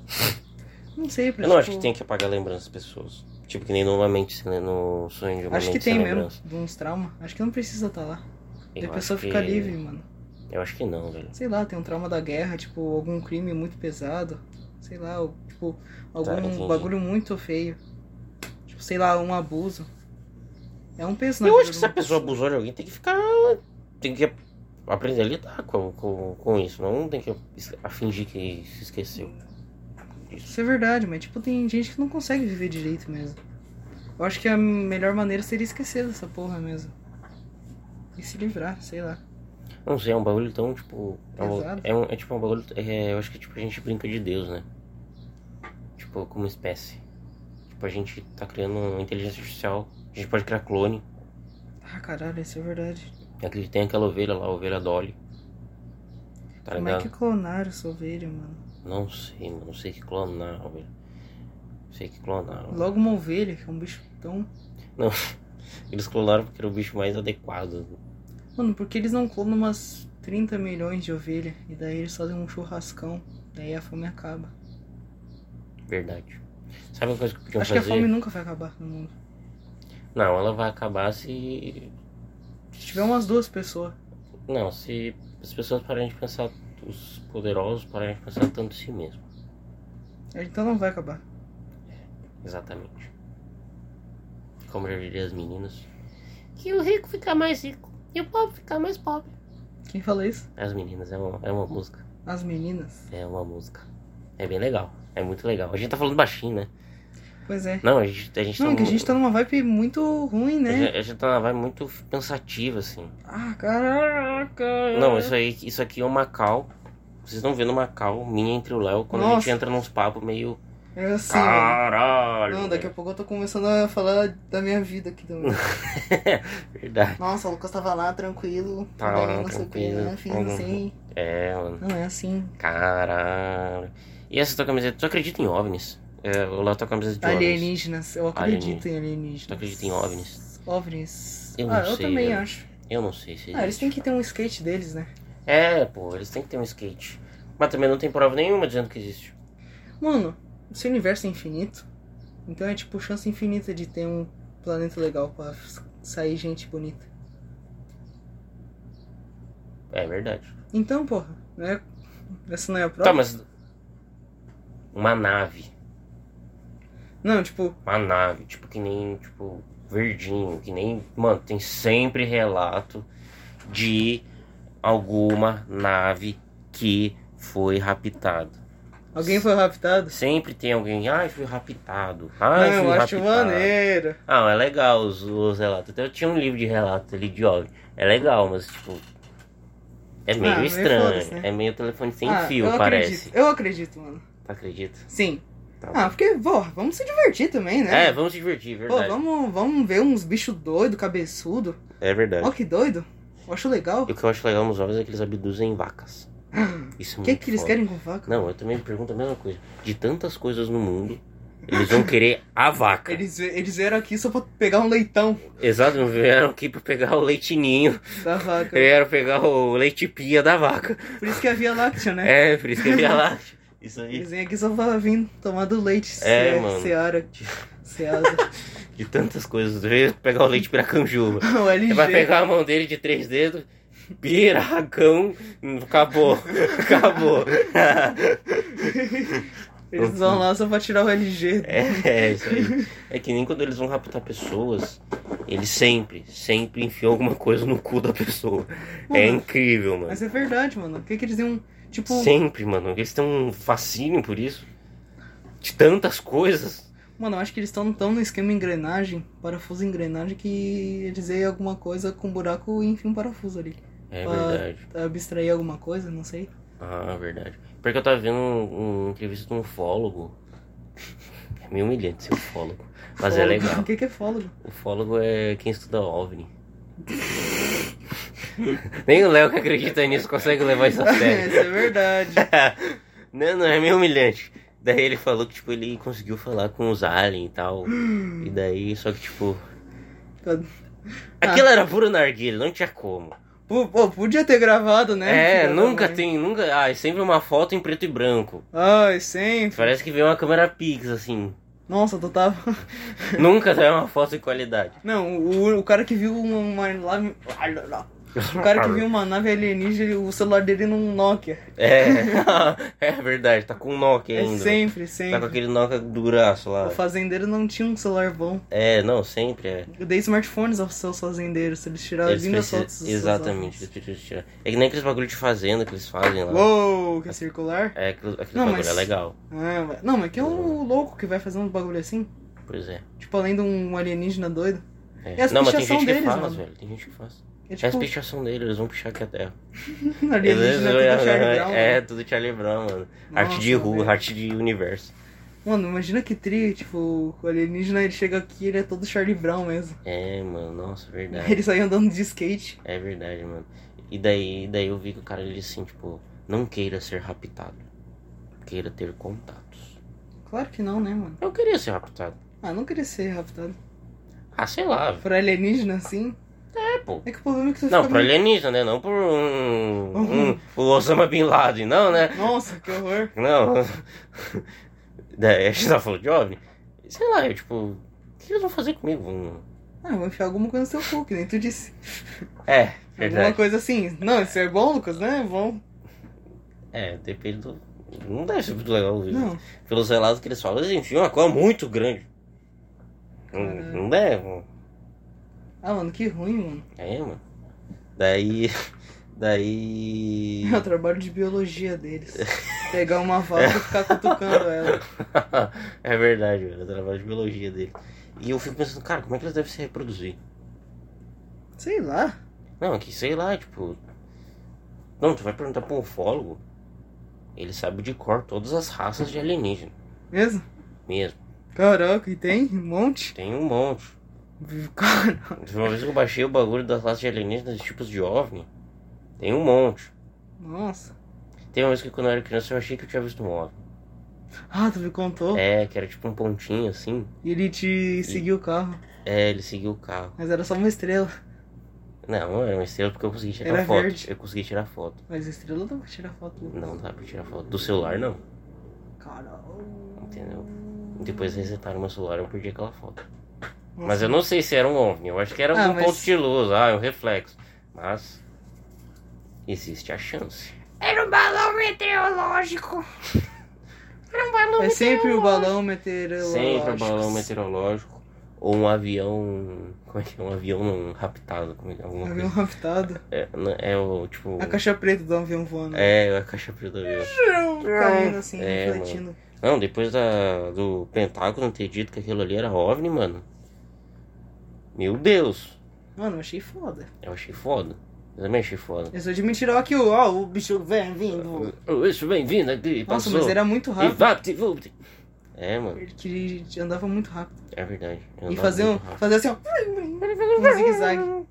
[SPEAKER 2] Não sei, pra
[SPEAKER 1] Eu não
[SPEAKER 2] tipo,
[SPEAKER 1] acho que tem que apagar a lembrança das pessoas. Tipo, que nem normalmente se lê no sonho de um uma
[SPEAKER 2] Acho que
[SPEAKER 1] mente
[SPEAKER 2] tem
[SPEAKER 1] sem
[SPEAKER 2] mesmo,
[SPEAKER 1] lembrança.
[SPEAKER 2] de uns traumas. Acho que não precisa estar lá.
[SPEAKER 1] Eu
[SPEAKER 2] E a
[SPEAKER 1] acho
[SPEAKER 2] pessoa
[SPEAKER 1] que-
[SPEAKER 2] fica livre, mano.
[SPEAKER 1] Eu acho que não, velho.
[SPEAKER 2] Sei lá, tem um trauma da guerra, tipo, algum crime muito pesado. Sei lá, ou, tipo, algum
[SPEAKER 1] Tá, entendi.
[SPEAKER 2] bagulho muito feio. Tipo, sei lá, um abuso. É um peso na
[SPEAKER 1] Eu
[SPEAKER 2] vida
[SPEAKER 1] acho que
[SPEAKER 2] de
[SPEAKER 1] se a
[SPEAKER 2] uma
[SPEAKER 1] pessoa abusou de alguém, tem que ficar. Tem que aprender a lidar com, com, com isso. Não tem que es- a fingir que se esqueceu.
[SPEAKER 2] Isso é verdade, mas tipo, tem gente que não consegue viver direito mesmo. Eu acho que a melhor maneira seria esquecer dessa porra mesmo. E se livrar, sei lá.
[SPEAKER 1] Não sei, é um bagulho tão, tipo. É, um-
[SPEAKER 2] Pesado.
[SPEAKER 1] é um- é tipo um bagulho. é, eu acho que tipo, a gente brinca de Deus, né? Tipo, como espécie. Tipo, a gente tá criando uma inteligência artificial. A gente pode criar clone.
[SPEAKER 2] Ah, caralho, isso é verdade.
[SPEAKER 1] Aquele, tem aquela ovelha lá, a ovelha Dolly. Tá
[SPEAKER 2] Como é que
[SPEAKER 1] ligado?
[SPEAKER 2] clonaram essa ovelha, mano?
[SPEAKER 1] Não sei, mano. Não sei que clonaram, velho. Não Sei que clonaram.
[SPEAKER 2] Logo uma ovelha, que é um bicho tão.
[SPEAKER 1] Não. Eles clonaram porque era o bicho mais adequado.
[SPEAKER 2] Mano, por que eles não clonam umas 30 milhões de ovelha? E daí eles fazem um churrascão. Daí a fome acaba.
[SPEAKER 1] Verdade. Sabe uma coisa que podiam
[SPEAKER 2] Acho
[SPEAKER 1] fazer?
[SPEAKER 2] que a fome nunca vai acabar no mundo.
[SPEAKER 1] Não, ela vai acabar se.
[SPEAKER 2] Se tiver umas duas pessoas.
[SPEAKER 1] Não, se as pessoas pararem de pensar. Os poderosos pararem de pensar tanto em si mesmo.
[SPEAKER 2] Então não vai acabar.
[SPEAKER 1] Exatamente. Como já diria as meninas. Que o rico fica mais rico e o pobre fica mais pobre.
[SPEAKER 2] Quem fala isso?
[SPEAKER 1] As meninas, é uma, é uma música.
[SPEAKER 2] As meninas.
[SPEAKER 1] É uma música. É bem legal. É muito legal. A gente tá falando baixinho, né?
[SPEAKER 2] Pois é.
[SPEAKER 1] Não, a gente, a gente
[SPEAKER 2] Não,
[SPEAKER 1] tá.
[SPEAKER 2] que a gente tá numa vibe muito ruim,
[SPEAKER 1] A
[SPEAKER 2] né?
[SPEAKER 1] gente, a gente tá numa vibe muito pensativa, assim.
[SPEAKER 2] Ah, caraca!
[SPEAKER 1] Não, isso aí, isso aqui é o Macau. Vocês estão vendo o Macau, minha entre o Léo, quando a
[SPEAKER 2] Nossa.
[SPEAKER 1] gente entra nos papos meio.
[SPEAKER 2] É assim, mano.
[SPEAKER 1] Caralho!
[SPEAKER 2] Não, daqui a pouco eu tô começando a falar da minha vida aqui também.
[SPEAKER 1] Verdade.
[SPEAKER 2] Nossa, o Lucas tava lá tranquilo,
[SPEAKER 1] Tá
[SPEAKER 2] daí
[SPEAKER 1] lá,
[SPEAKER 2] não sei o que,
[SPEAKER 1] tranquilo.
[SPEAKER 2] né? Fiz não sei.
[SPEAKER 1] É, mano.
[SPEAKER 2] Não é assim.
[SPEAKER 1] Caralho. E essa tua camiseta? Tu acredita em OVNIs? É, o Léo tá com a camiseta de OVNIs.
[SPEAKER 2] Alienígenas, eu acredito em alienígenas.
[SPEAKER 1] Tu acredita em OVNIs?
[SPEAKER 2] OVNIs.
[SPEAKER 1] Eu não
[SPEAKER 2] ah, eu
[SPEAKER 1] sei,
[SPEAKER 2] também
[SPEAKER 1] eu-
[SPEAKER 2] acho.
[SPEAKER 1] Eu não sei se.
[SPEAKER 2] Ah, eles têm que ter um skate deles, né?
[SPEAKER 1] É, pô, eles têm que ter um skate. Mas também não tem prova nenhuma dizendo que existe.
[SPEAKER 2] Mano, se o universo é infinito, então é tipo chance infinita de ter um planeta legal pra s- sair gente bonita.
[SPEAKER 1] É verdade.
[SPEAKER 2] Então, porra, né? Essa não é a prova?
[SPEAKER 1] Tá, mas. Uma nave.
[SPEAKER 2] Não, tipo,
[SPEAKER 1] uma nave, tipo que nem, tipo, verdinho, que nem, mano, tem sempre relato de alguma nave que foi raptada.
[SPEAKER 2] alguém foi raptado?
[SPEAKER 1] Sempre tem alguém, ai, fui raptado. Ai,
[SPEAKER 2] não,
[SPEAKER 1] fui
[SPEAKER 2] eu acho
[SPEAKER 1] raptado.
[SPEAKER 2] maneiro.
[SPEAKER 1] Ah, é legal os, os relatos. Até eu tinha um livro de relatos ali de óbvio. É legal, mas tipo é meio
[SPEAKER 2] Ah, meio
[SPEAKER 1] estranho,
[SPEAKER 2] foda-se, né?
[SPEAKER 1] é meio telefone sem
[SPEAKER 2] Ah,
[SPEAKER 1] fio,
[SPEAKER 2] eu
[SPEAKER 1] parece.
[SPEAKER 2] Acredito, eu acredito, mano.
[SPEAKER 1] Tu acredita?
[SPEAKER 2] Sim.
[SPEAKER 1] Tá
[SPEAKER 2] Ah, porque, porra, vamos se divertir também,
[SPEAKER 1] É,
[SPEAKER 2] né?
[SPEAKER 1] vamos se divertir,
[SPEAKER 2] Pô,
[SPEAKER 1] verdade.
[SPEAKER 2] vamos, vamos ver uns bichos doidos, cabeçudo.
[SPEAKER 1] É verdade.
[SPEAKER 2] Ó, que doido. Eu acho legal.
[SPEAKER 1] E o que eu acho legal nos ovnis é que eles abduzem vacas. Isso é
[SPEAKER 2] O
[SPEAKER 1] muito
[SPEAKER 2] que, que eles
[SPEAKER 1] foda.
[SPEAKER 2] querem com vaca?
[SPEAKER 1] Não, eu também me pergunto a mesma coisa. De tantas coisas no mundo, eles vão querer a vaca.
[SPEAKER 2] Eles, eles vieram aqui só pra pegar um leitão
[SPEAKER 1] Exato, não vieram aqui pra pegar o leitinho,
[SPEAKER 2] da vaca.
[SPEAKER 1] vieram pegar o leite pia da vaca.
[SPEAKER 2] Por isso que é a Via Láctea, né?
[SPEAKER 1] É, por isso que eu ia lá. Isso aí.
[SPEAKER 2] Eles vêm aqui só pra vir tomar do leite
[SPEAKER 1] É,
[SPEAKER 2] se-
[SPEAKER 1] mano.
[SPEAKER 2] Seara. Seasa.
[SPEAKER 1] De tantas coisas, veio pegar o leite piracanjuba.
[SPEAKER 2] o LG.
[SPEAKER 1] Vai pegar a mão dele de três dedos, piracão, acabou, acabou.
[SPEAKER 2] Eles vão lá só pra tirar o LG.
[SPEAKER 1] É, é isso aí. É que nem quando eles vão raptar pessoas, eles sempre, sempre enfiam alguma coisa no cu da pessoa. É
[SPEAKER 2] Mano,
[SPEAKER 1] incrível, mano.
[SPEAKER 2] Mas é verdade, mano. O que, que eles iam. Tipo,
[SPEAKER 1] Sempre, mano. Eles têm um fascínio por isso. De tantas coisas.
[SPEAKER 2] mano, eu acho que eles estão tão no esquema engrenagem, parafuso e engrenagem, que eles veem alguma coisa com buraco e enfim um parafuso ali.
[SPEAKER 1] É
[SPEAKER 2] Ah.
[SPEAKER 1] verdade.
[SPEAKER 2] Abstrair alguma coisa, não sei.
[SPEAKER 1] Ah, verdade. Porque eu tava vendo um, um entrevista de um ufólogo. É meio humilhante ser ufólogo. Mas é
[SPEAKER 2] Fólogo.
[SPEAKER 1] legal.
[SPEAKER 2] O que, que é fólogo?
[SPEAKER 1] Ufólogo é quem estuda OVNI. Nem o Léo que acredita nisso consegue levar isso a Tá sério.
[SPEAKER 2] Isso é verdade.
[SPEAKER 1] não, não, é meio humilhante. Daí ele falou que, tipo, ele conseguiu falar com os aliens e tal. E daí, só que, tipo...
[SPEAKER 2] Ah.
[SPEAKER 1] Aquilo era puro narguilha, não tinha como.
[SPEAKER 2] Pô, pô, podia ter gravado, né?
[SPEAKER 1] É,
[SPEAKER 2] Filha da
[SPEAKER 1] nunca
[SPEAKER 2] mãe.
[SPEAKER 1] tem, nunca... Ah, é sempre uma foto em preto e branco.
[SPEAKER 2] Ai, sempre.
[SPEAKER 1] Parece que veio uma câmera Pix, assim.
[SPEAKER 2] Nossa, tu tava.
[SPEAKER 1] nunca é uma foto de qualidade.
[SPEAKER 2] Não, o, o cara que viu uma nave. O cara que viu uma nave alienígena, o celular dele num Nokia.
[SPEAKER 1] É, é verdade, tá com Nokia
[SPEAKER 2] É
[SPEAKER 1] ainda.
[SPEAKER 2] sempre,
[SPEAKER 1] Tá com
[SPEAKER 2] sempre.
[SPEAKER 1] aquele Nokia duraço lá.
[SPEAKER 2] O fazendeiro não tinha um celular bom.
[SPEAKER 1] É, não, sempre é.
[SPEAKER 2] Eu dei smartphones aos seus fazendeiros, eles tiraram
[SPEAKER 1] Eles
[SPEAKER 2] lindas
[SPEAKER 1] precisam-
[SPEAKER 2] Tá fotos. dos seus
[SPEAKER 1] Exatamente, eles
[SPEAKER 2] álbuns.
[SPEAKER 1] precisam tirar. É que nem aqueles bagulho de fazenda que eles fazem lá.
[SPEAKER 2] Uou, que é circular?
[SPEAKER 1] É, aqueles, aqueles
[SPEAKER 2] Não,
[SPEAKER 1] bagulho
[SPEAKER 2] mas-
[SPEAKER 1] é legal.
[SPEAKER 2] Ah, mas- não, mas que é
[SPEAKER 1] Uhum.
[SPEAKER 2] um louco que vai fazer um bagulho assim.
[SPEAKER 1] Pois é.
[SPEAKER 2] Tipo, além de um alienígena doido.
[SPEAKER 1] é.
[SPEAKER 2] E as
[SPEAKER 1] não, mas tem
[SPEAKER 2] pichação
[SPEAKER 1] gente que
[SPEAKER 2] deles,
[SPEAKER 1] faz,
[SPEAKER 2] mano?
[SPEAKER 1] velho. Tem gente que faz.
[SPEAKER 2] É
[SPEAKER 1] É as
[SPEAKER 2] tipo,
[SPEAKER 1] pichação deles, eles vão pichar aqui a terra.
[SPEAKER 2] um alienígena
[SPEAKER 1] Eles-
[SPEAKER 2] tudo Charlie Brown. né?
[SPEAKER 1] é, é, tudo Charlie Brown, mano. arte de
[SPEAKER 2] Nossa,
[SPEAKER 1] rua,
[SPEAKER 2] velho.
[SPEAKER 1] arte de universo.
[SPEAKER 2] Mano, imagina que tri, tipo, o alienígena ele chega aqui, ele é todo Charlie Brown mesmo.
[SPEAKER 1] É, mano, nossa, verdade.
[SPEAKER 2] Ele sai andando de skate.
[SPEAKER 1] É verdade, mano. E daí, daí eu vi que o cara ele assim, tipo, não queira ser raptado. Queira ter contatos.
[SPEAKER 2] Claro que não, né, mano?
[SPEAKER 1] Eu queria ser raptado.
[SPEAKER 2] Ah, não queria ser raptado.
[SPEAKER 1] Ah, sei lá.
[SPEAKER 2] Por alienígena, assim.
[SPEAKER 1] É, pô.
[SPEAKER 2] É que o problema é que tu
[SPEAKER 1] Não,
[SPEAKER 2] fica
[SPEAKER 1] pro
[SPEAKER 2] meio-
[SPEAKER 1] alienígena, né? Não por um,
[SPEAKER 2] Uhum.
[SPEAKER 1] um, o Osama Bin Laden, não, né?
[SPEAKER 2] Nossa, que horror.
[SPEAKER 1] Não. Daí a gente tá falando de OVNI. Sei lá, eu tipo, o que eles vão fazer comigo? Hum, Vão-
[SPEAKER 2] Ah, vou enfiar alguma coisa no seu cu, que nem tu disse.
[SPEAKER 1] É,
[SPEAKER 2] Alguma
[SPEAKER 1] verdade.
[SPEAKER 2] coisa assim. Não, isso é bom, Lucas, né? É bom.
[SPEAKER 1] É, depende do. Não deve ser muito legal. viu?
[SPEAKER 2] Não.
[SPEAKER 1] Pelos relatos que eles falam, eles enfiam uma coisa muito grande. Não,
[SPEAKER 2] Caralho.
[SPEAKER 1] não deve.
[SPEAKER 2] Ah, mano, que ruim, mano.
[SPEAKER 1] É, mano. Daí. Daí.
[SPEAKER 2] É o trabalho de biologia deles. Pegar uma válvula e ficar cutucando ela.
[SPEAKER 1] é verdade, velho. Eu trabalho de biologia dele. E eu fico pensando, cara, como é que eles devem se reproduzir?
[SPEAKER 2] Sei lá.
[SPEAKER 1] Não, é que sei lá, tipo. Não, tu vai perguntar pro ufólogo. Ele sabe de cor todas as raças de alienígena.
[SPEAKER 2] Mesmo?
[SPEAKER 1] Mesmo.
[SPEAKER 2] Caraca, e tem um monte?
[SPEAKER 1] Tem um monte.
[SPEAKER 2] Cara.
[SPEAKER 1] Uma vez que eu baixei o bagulho das raças de alienígenas e tipos de OVNI, tem um monte.
[SPEAKER 2] Nossa.
[SPEAKER 1] Tem uma vez que quando eu era criança eu achei que eu tinha visto um OVNI.
[SPEAKER 2] Ah, tu me contou.
[SPEAKER 1] É, que era tipo um pontinho assim.
[SPEAKER 2] E ele te seguiu o carro.
[SPEAKER 1] É, ele seguiu o carro.
[SPEAKER 2] Mas era só uma estrela.
[SPEAKER 1] Não, não era uma estrela porque eu consegui tirar
[SPEAKER 2] Era
[SPEAKER 1] foto.
[SPEAKER 2] verde.
[SPEAKER 1] Eu consegui tirar foto.
[SPEAKER 2] Mas estrela dá pra tirar foto. né? Lucas.
[SPEAKER 1] Não dá pra tirar foto. Do celular não.
[SPEAKER 2] Caralho.
[SPEAKER 1] Entendeu? Depois resetaram meu celular eu perdi aquela foto. Mas eu não sei se era um OVNI, eu acho que era
[SPEAKER 2] Ah,
[SPEAKER 1] um
[SPEAKER 2] mas-
[SPEAKER 1] ponto de luz, ah, um reflexo. Mas existe a chance.
[SPEAKER 3] Era um balão meteorológico. Era um balão
[SPEAKER 2] É sempre o balão meteorológico.
[SPEAKER 1] Sempre um balão meteorológico ou um avião. Como é que é? Um avião não raptado, como é que é? Alguma
[SPEAKER 2] Avião
[SPEAKER 1] coisa.
[SPEAKER 2] raptado.
[SPEAKER 1] É, não- é o tipo.
[SPEAKER 2] A caixa preta do avião voando.
[SPEAKER 1] É, a caixa preta do avião.
[SPEAKER 2] Caindo assim,
[SPEAKER 1] É,
[SPEAKER 2] refletindo.
[SPEAKER 1] Não, depois da, do Pentágono ter dito que aquilo ali era OVNI, mano. Meu Deus!
[SPEAKER 2] Mano, eu achei foda.
[SPEAKER 1] Eu achei foda. Eu também achei foda.
[SPEAKER 2] Eu sou de mentiroca e o- ó, o bicho vem vindo.
[SPEAKER 1] Oh, Isso, bem-vindo aqui,
[SPEAKER 2] Nossa,
[SPEAKER 1] passou.
[SPEAKER 2] mas era muito
[SPEAKER 1] E
[SPEAKER 2] rápido.
[SPEAKER 1] vapt, vupt. É, mano,
[SPEAKER 2] Ele que andava muito rápido.
[SPEAKER 1] é verdade. Eu
[SPEAKER 2] E
[SPEAKER 1] andava
[SPEAKER 2] fazer um.
[SPEAKER 1] muito rápido.
[SPEAKER 2] Fazer assim, ó. Um zigue-zague.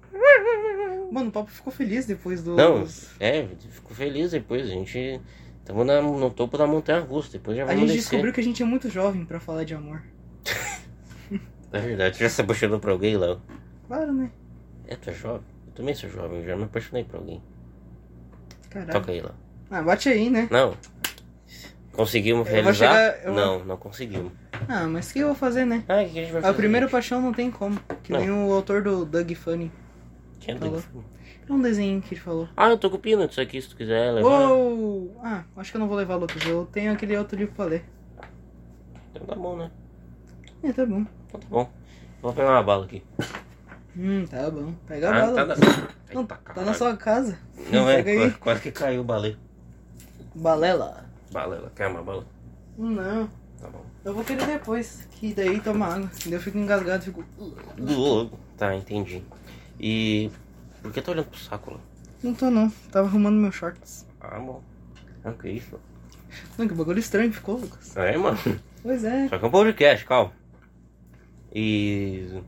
[SPEAKER 2] Mano, o papo ficou feliz depois do.
[SPEAKER 1] Não,
[SPEAKER 2] dos-
[SPEAKER 1] é, fico feliz depois. A gente. Tamo na- no topo da montanha russa, depois já
[SPEAKER 2] A
[SPEAKER 1] vamos
[SPEAKER 2] gente
[SPEAKER 1] descer.
[SPEAKER 2] descobriu que a gente é muito jovem pra falar de amor.
[SPEAKER 1] É verdade, já se apaixonou pra alguém, Léo?
[SPEAKER 2] Claro, né?
[SPEAKER 1] É, tu é jovem? Eu também sou jovem, eu já me apaixonei por alguém.
[SPEAKER 2] Caralho.
[SPEAKER 1] Toca aí, Léo.
[SPEAKER 2] Ah, bate aí, né?
[SPEAKER 1] Não. Conseguimos
[SPEAKER 2] Eu vou
[SPEAKER 1] realizar?
[SPEAKER 2] chegar- eu vou-
[SPEAKER 1] Não, não conseguimos.
[SPEAKER 2] Ah, mas o que eu vou fazer, né?
[SPEAKER 1] Ah, o que a gente vai
[SPEAKER 2] A
[SPEAKER 1] fazer?
[SPEAKER 2] primeira paixão não tem como. Que
[SPEAKER 1] Não.
[SPEAKER 2] nem o autor do Doug Funny.
[SPEAKER 1] Quem é o
[SPEAKER 2] Falou.
[SPEAKER 1] Doug?
[SPEAKER 2] É um desenho que ele falou.
[SPEAKER 1] Ah, eu tô com peanuts aqui, se tu quiser levar.
[SPEAKER 2] Uou! Ah, acho que eu não vou levar, Lucas. Eu tenho aquele outro livro pra ler.
[SPEAKER 1] Então tá bom, né?
[SPEAKER 2] É, tá bom.
[SPEAKER 1] Então tá bom. Vou pegar uma bala aqui.
[SPEAKER 2] Hum, tá bom. Pega a
[SPEAKER 1] Ah,
[SPEAKER 2] bala.
[SPEAKER 1] tá na...
[SPEAKER 2] Não,
[SPEAKER 1] Eita,
[SPEAKER 2] tá na
[SPEAKER 1] caralho.
[SPEAKER 2] sua casa.
[SPEAKER 1] Não é,
[SPEAKER 2] Pega aí.
[SPEAKER 1] quase, quase que caiu o balé.
[SPEAKER 2] Balela.
[SPEAKER 1] Bala, ela quer uma bala.
[SPEAKER 2] Não,
[SPEAKER 1] Tá bom.
[SPEAKER 2] eu vou querer depois. Que daí toma água. Daí eu fico engasgado, fico.
[SPEAKER 1] Do lobo. Tá, entendi. E. Por que tá olhando pro saco lá?
[SPEAKER 2] Não tô não, tava arrumando meus shorts.
[SPEAKER 1] Ah, bom. Ah, que isso?
[SPEAKER 2] Não, que bagulho estranho que ficou, Lucas.
[SPEAKER 1] É, mano.
[SPEAKER 2] Pois é.
[SPEAKER 1] Só que é um podcast, calma. E.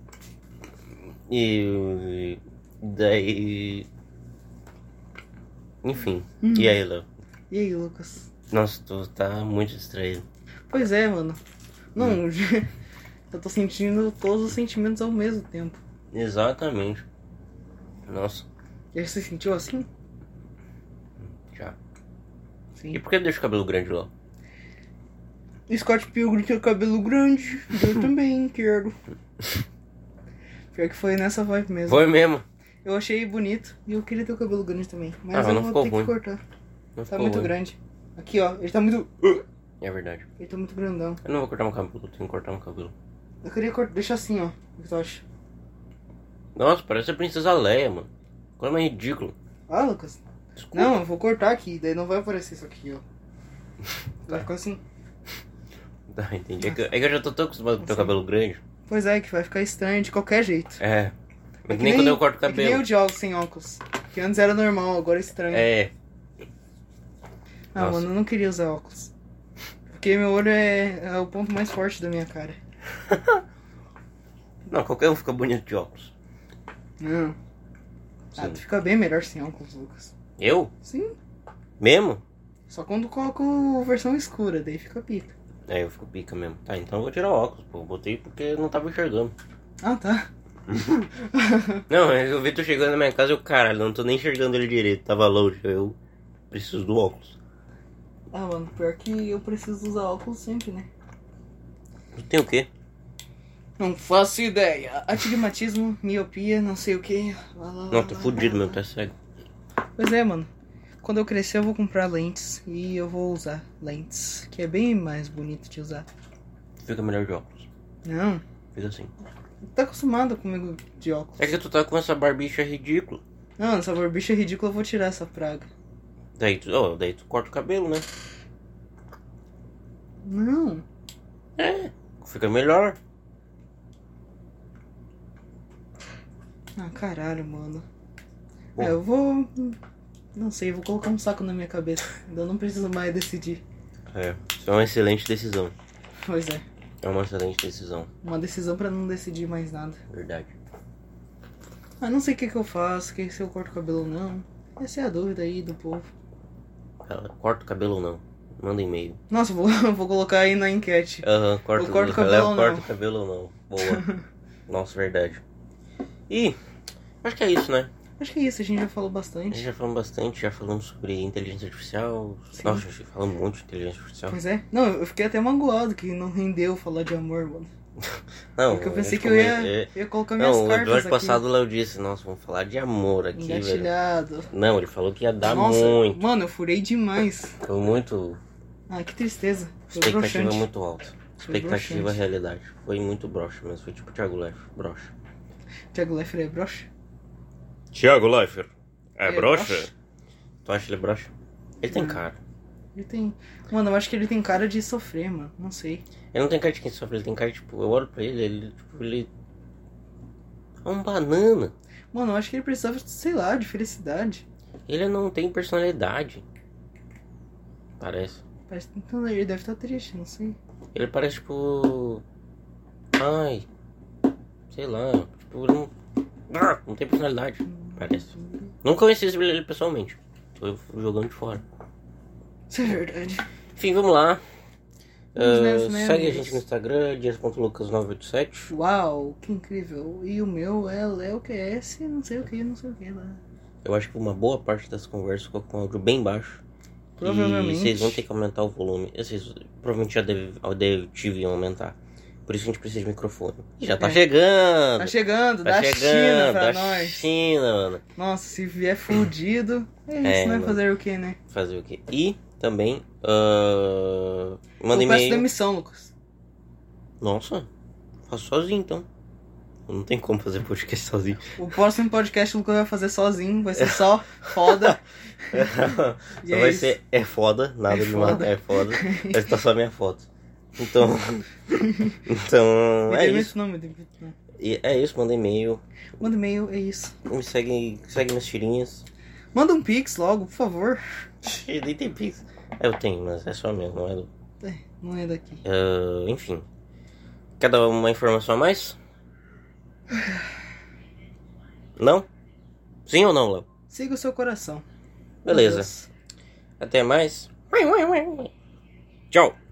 [SPEAKER 1] E. Daí. Enfim.
[SPEAKER 2] Hum.
[SPEAKER 1] E aí, Léo?
[SPEAKER 2] E aí, Lucas?
[SPEAKER 1] Nossa, tu tá muito distraído.
[SPEAKER 2] Pois é, mano.
[SPEAKER 1] Hum.
[SPEAKER 2] Não, eu tô sentindo todos os sentimentos ao mesmo tempo.
[SPEAKER 1] Exatamente. Nossa,
[SPEAKER 2] E aí, você sentiu assim?
[SPEAKER 1] já.
[SPEAKER 2] Sim.
[SPEAKER 1] E por que deixa o cabelo grande lá?
[SPEAKER 2] Scott Pilgrim tinha cabelo grande. Eu também quero. Pior que foi nessa vibe mesmo.
[SPEAKER 1] Foi mesmo.
[SPEAKER 2] Eu achei bonito e eu queria ter o cabelo grande também.
[SPEAKER 1] Ah,
[SPEAKER 2] Mas
[SPEAKER 1] mas
[SPEAKER 2] eu
[SPEAKER 1] não
[SPEAKER 2] vou
[SPEAKER 1] ficou
[SPEAKER 2] ter
[SPEAKER 1] ruim.
[SPEAKER 2] que cortar.
[SPEAKER 1] Não
[SPEAKER 2] Tá
[SPEAKER 1] ficou
[SPEAKER 2] muito
[SPEAKER 1] ruim.
[SPEAKER 2] grande. Aqui, ó. Ele tá muito.
[SPEAKER 1] É verdade.
[SPEAKER 2] Ele tá muito grandão.
[SPEAKER 1] Eu não vou cortar meu cabelo, tenho que cortar meu cabelo.
[SPEAKER 2] Eu queria cortar. Deixa assim, ó. O que tu acha?
[SPEAKER 1] Nossa, parece a Princesa Leia, mano. Como é ridículo.
[SPEAKER 2] Ah, Lucas.
[SPEAKER 1] Desculpa.
[SPEAKER 2] Não, eu vou cortar aqui. Daí não vai aparecer isso aqui, ó. Vai ficar assim.
[SPEAKER 1] Tá, entendi. É que, é que eu já tô tão acostumado com teu cabelo grande.
[SPEAKER 2] Pois é, que vai ficar estranho de qualquer jeito.
[SPEAKER 1] É. Mas
[SPEAKER 2] É que
[SPEAKER 1] nem, quando eu corto o
[SPEAKER 2] é que nem
[SPEAKER 1] cabelo.
[SPEAKER 2] eu jogo sem óculos. Que antes era normal, agora é estranho.
[SPEAKER 1] É,
[SPEAKER 2] Ah,
[SPEAKER 1] Nossa.
[SPEAKER 2] mano, eu não queria usar óculos. Porque meu olho é, é o ponto mais forte da minha cara.
[SPEAKER 1] Não, qualquer um fica bonito de óculos.
[SPEAKER 2] Não. Ah,
[SPEAKER 1] Sim.
[SPEAKER 2] tu fica bem melhor sem óculos, Lucas.
[SPEAKER 1] Eu?
[SPEAKER 2] Sim.
[SPEAKER 1] Mesmo?
[SPEAKER 2] Só quando coloco versão escura, daí fica pica.
[SPEAKER 1] É, eu fico pica mesmo. Tá, então eu vou tirar o óculos, pô. Eu Botei porque eu não tava enxergando.
[SPEAKER 2] Ah, tá.
[SPEAKER 1] Não, eu vi tu chegando na minha casa e eu, caralho, não tô nem enxergando ele direito. Tava longe, eu preciso do óculos.
[SPEAKER 2] Ah, mano, pior que eu preciso usar óculos sempre, né?
[SPEAKER 1] Tu tem o quê?
[SPEAKER 2] Não faço ideia. Astigmatismo, miopia, não sei o que.
[SPEAKER 1] Não, tô fudido mesmo, tá cego.
[SPEAKER 2] Pois é, mano. Quando eu crescer, eu vou comprar lentes. E eu vou usar lentes. Que é bem mais bonito de usar.
[SPEAKER 1] Fica melhor de óculos.
[SPEAKER 2] Não.
[SPEAKER 1] Fica assim.
[SPEAKER 2] Tá acostumado comigo de óculos.
[SPEAKER 1] É que tu tá com essa barbicha ridícula.
[SPEAKER 2] Não, essa barbicha é ridícula, eu vou tirar essa praga.
[SPEAKER 1] Daí tu, ó, daí tu corta o cabelo, né?
[SPEAKER 2] Não.
[SPEAKER 1] É, fica melhor.
[SPEAKER 2] Ah, caralho, mano.
[SPEAKER 1] Bom.
[SPEAKER 2] É, eu vou. Não sei, vou colocar um saco na minha cabeça. Ainda não preciso mais decidir.
[SPEAKER 1] É, isso é uma excelente decisão.
[SPEAKER 2] Pois é,
[SPEAKER 1] É uma excelente decisão,
[SPEAKER 2] uma decisão pra não decidir mais nada.
[SPEAKER 1] verdade.
[SPEAKER 2] Ah, não sei o que, que eu faço, que se eu corto o cabelo ou não. Essa é a dúvida aí do povo.
[SPEAKER 1] Ela corta o cabelo ou não? Manda e-mail.
[SPEAKER 2] Nossa, eu vou, eu vou colocar aí na enquete.
[SPEAKER 1] Aham, corta,
[SPEAKER 2] Eu corto
[SPEAKER 1] o
[SPEAKER 2] o
[SPEAKER 1] cabelo,
[SPEAKER 2] cabelo
[SPEAKER 1] Léo
[SPEAKER 2] ou
[SPEAKER 1] corta
[SPEAKER 2] não?
[SPEAKER 1] o cabelo ou não. Boa. Nossa, verdade. E acho que é isso, né?
[SPEAKER 2] Acho que é isso, a gente já falou
[SPEAKER 1] A gente
[SPEAKER 2] bastante.
[SPEAKER 1] já falamos bastante, já falamos sobre inteligência artificial.
[SPEAKER 2] Sim.
[SPEAKER 1] Nossa, a gente falamos muito de inteligência artificial.
[SPEAKER 2] Pois é. Não, eu fiquei até magoado que não rendeu falar de amor, mano.
[SPEAKER 1] Não,
[SPEAKER 2] Porque eu
[SPEAKER 1] a gente
[SPEAKER 2] pensei é que eu ia,
[SPEAKER 1] come- é-
[SPEAKER 2] ia colocar minhas
[SPEAKER 1] Não, o
[SPEAKER 2] cartas
[SPEAKER 1] episódio
[SPEAKER 2] aqui.
[SPEAKER 1] passado o Léo disse, nossa, vamos falar de amor aqui, velho.
[SPEAKER 2] Engatilhado.
[SPEAKER 1] Não, ele falou que ia dar
[SPEAKER 2] Nossa,
[SPEAKER 1] muito.
[SPEAKER 2] mano, eu furei demais.
[SPEAKER 1] Foi muito.
[SPEAKER 2] Ah, que tristeza. Foi
[SPEAKER 1] Expectativa é
[SPEAKER 2] broxante.
[SPEAKER 1] muito alta.
[SPEAKER 2] Foi
[SPEAKER 1] Expectativa
[SPEAKER 2] broxante.
[SPEAKER 1] realidade. Foi muito broxa mesmo. Foi tipo Thiago Leifert, broxa.
[SPEAKER 2] Tiago Leifert é broxa?
[SPEAKER 1] Thiago Leifert,
[SPEAKER 2] É broxa? broxa?
[SPEAKER 1] Tu acha ele broxa? Ele tem
[SPEAKER 2] Não.
[SPEAKER 1] cara.
[SPEAKER 2] Ele tem... Mano, eu acho que ele tem cara de sofrer, mano. Não sei.
[SPEAKER 1] Ele não tem cara de quem sofre, ele tem cara de, tipo, eu olho pra ele, ele, tipo, ele. É um banana.
[SPEAKER 2] Mano, eu acho que ele precisava, sei lá, de felicidade.
[SPEAKER 1] Ele não tem personalidade. Parece.
[SPEAKER 2] Parece... Então, ele deve estar triste, não sei.
[SPEAKER 1] Ele parece, tipo. Ai. Sei lá. Tipo, ele não. Ah, Não tem personalidade. Parece. Não conheci ele pessoalmente. Tô jogando de fora.
[SPEAKER 2] Isso é verdade.
[SPEAKER 1] Enfim, vamos lá.
[SPEAKER 2] Vamos
[SPEAKER 1] Ah,
[SPEAKER 2] nessa, né,
[SPEAKER 1] segue a
[SPEAKER 2] amigos?
[SPEAKER 1] gente no Instagram, dias.lucas987.
[SPEAKER 2] Uau, que incrível. E o meu é Léo QS, não sei o que, não sei o que lá.
[SPEAKER 1] Eu acho que uma boa parte das conversas ficou com o áudio bem baixo.
[SPEAKER 2] Provavelmente.
[SPEAKER 1] E vocês vão ter que aumentar o volume. Vocês provavelmente já deve- já deve- deviam aumentar. Por isso que a gente precisa de microfone. E já tá
[SPEAKER 2] É.
[SPEAKER 1] chegando!
[SPEAKER 2] Tá chegando,
[SPEAKER 1] Tá
[SPEAKER 2] da China
[SPEAKER 1] chegando,
[SPEAKER 2] pra
[SPEAKER 1] da
[SPEAKER 2] nós.
[SPEAKER 1] China, mano.
[SPEAKER 2] Nossa, se vier fudido, é isso,
[SPEAKER 1] É,
[SPEAKER 2] né?
[SPEAKER 1] mano.
[SPEAKER 2] Fazer o quê, né?
[SPEAKER 1] Fazer o quê? E também, ah, manda
[SPEAKER 2] eu peço
[SPEAKER 1] e-mail.
[SPEAKER 2] demissão, Lucas.
[SPEAKER 1] Nossa, faço sozinho então. Não tem como fazer podcast sozinho.
[SPEAKER 2] O próximo podcast o Lucas vai fazer sozinho, vai ser só foda.
[SPEAKER 1] só
[SPEAKER 2] E é
[SPEAKER 1] vai
[SPEAKER 2] isso.
[SPEAKER 1] ser é foda, nada
[SPEAKER 2] É
[SPEAKER 1] de nada,
[SPEAKER 2] foda.
[SPEAKER 1] é foda. Vai estar só minha foto. Então. então,
[SPEAKER 2] Me
[SPEAKER 1] é
[SPEAKER 2] demite
[SPEAKER 1] isso.
[SPEAKER 2] não, me demite não.
[SPEAKER 1] E É isso, manda e-mail.
[SPEAKER 2] né? Manda e-mail, é isso.
[SPEAKER 1] Me segue, segue minhas tirinhas.
[SPEAKER 2] Manda um pix logo, por favor.
[SPEAKER 1] Eu nem tem pix. É, Eu tenho, mas é só mesmo, não é do-
[SPEAKER 2] É, não é daqui.
[SPEAKER 1] Ah, enfim. Quer dar uma informação a mais? Não? Sim ou não, Léo?
[SPEAKER 2] Siga o seu coração.
[SPEAKER 1] Beleza.
[SPEAKER 2] Adeus.
[SPEAKER 1] Até mais. Tchau.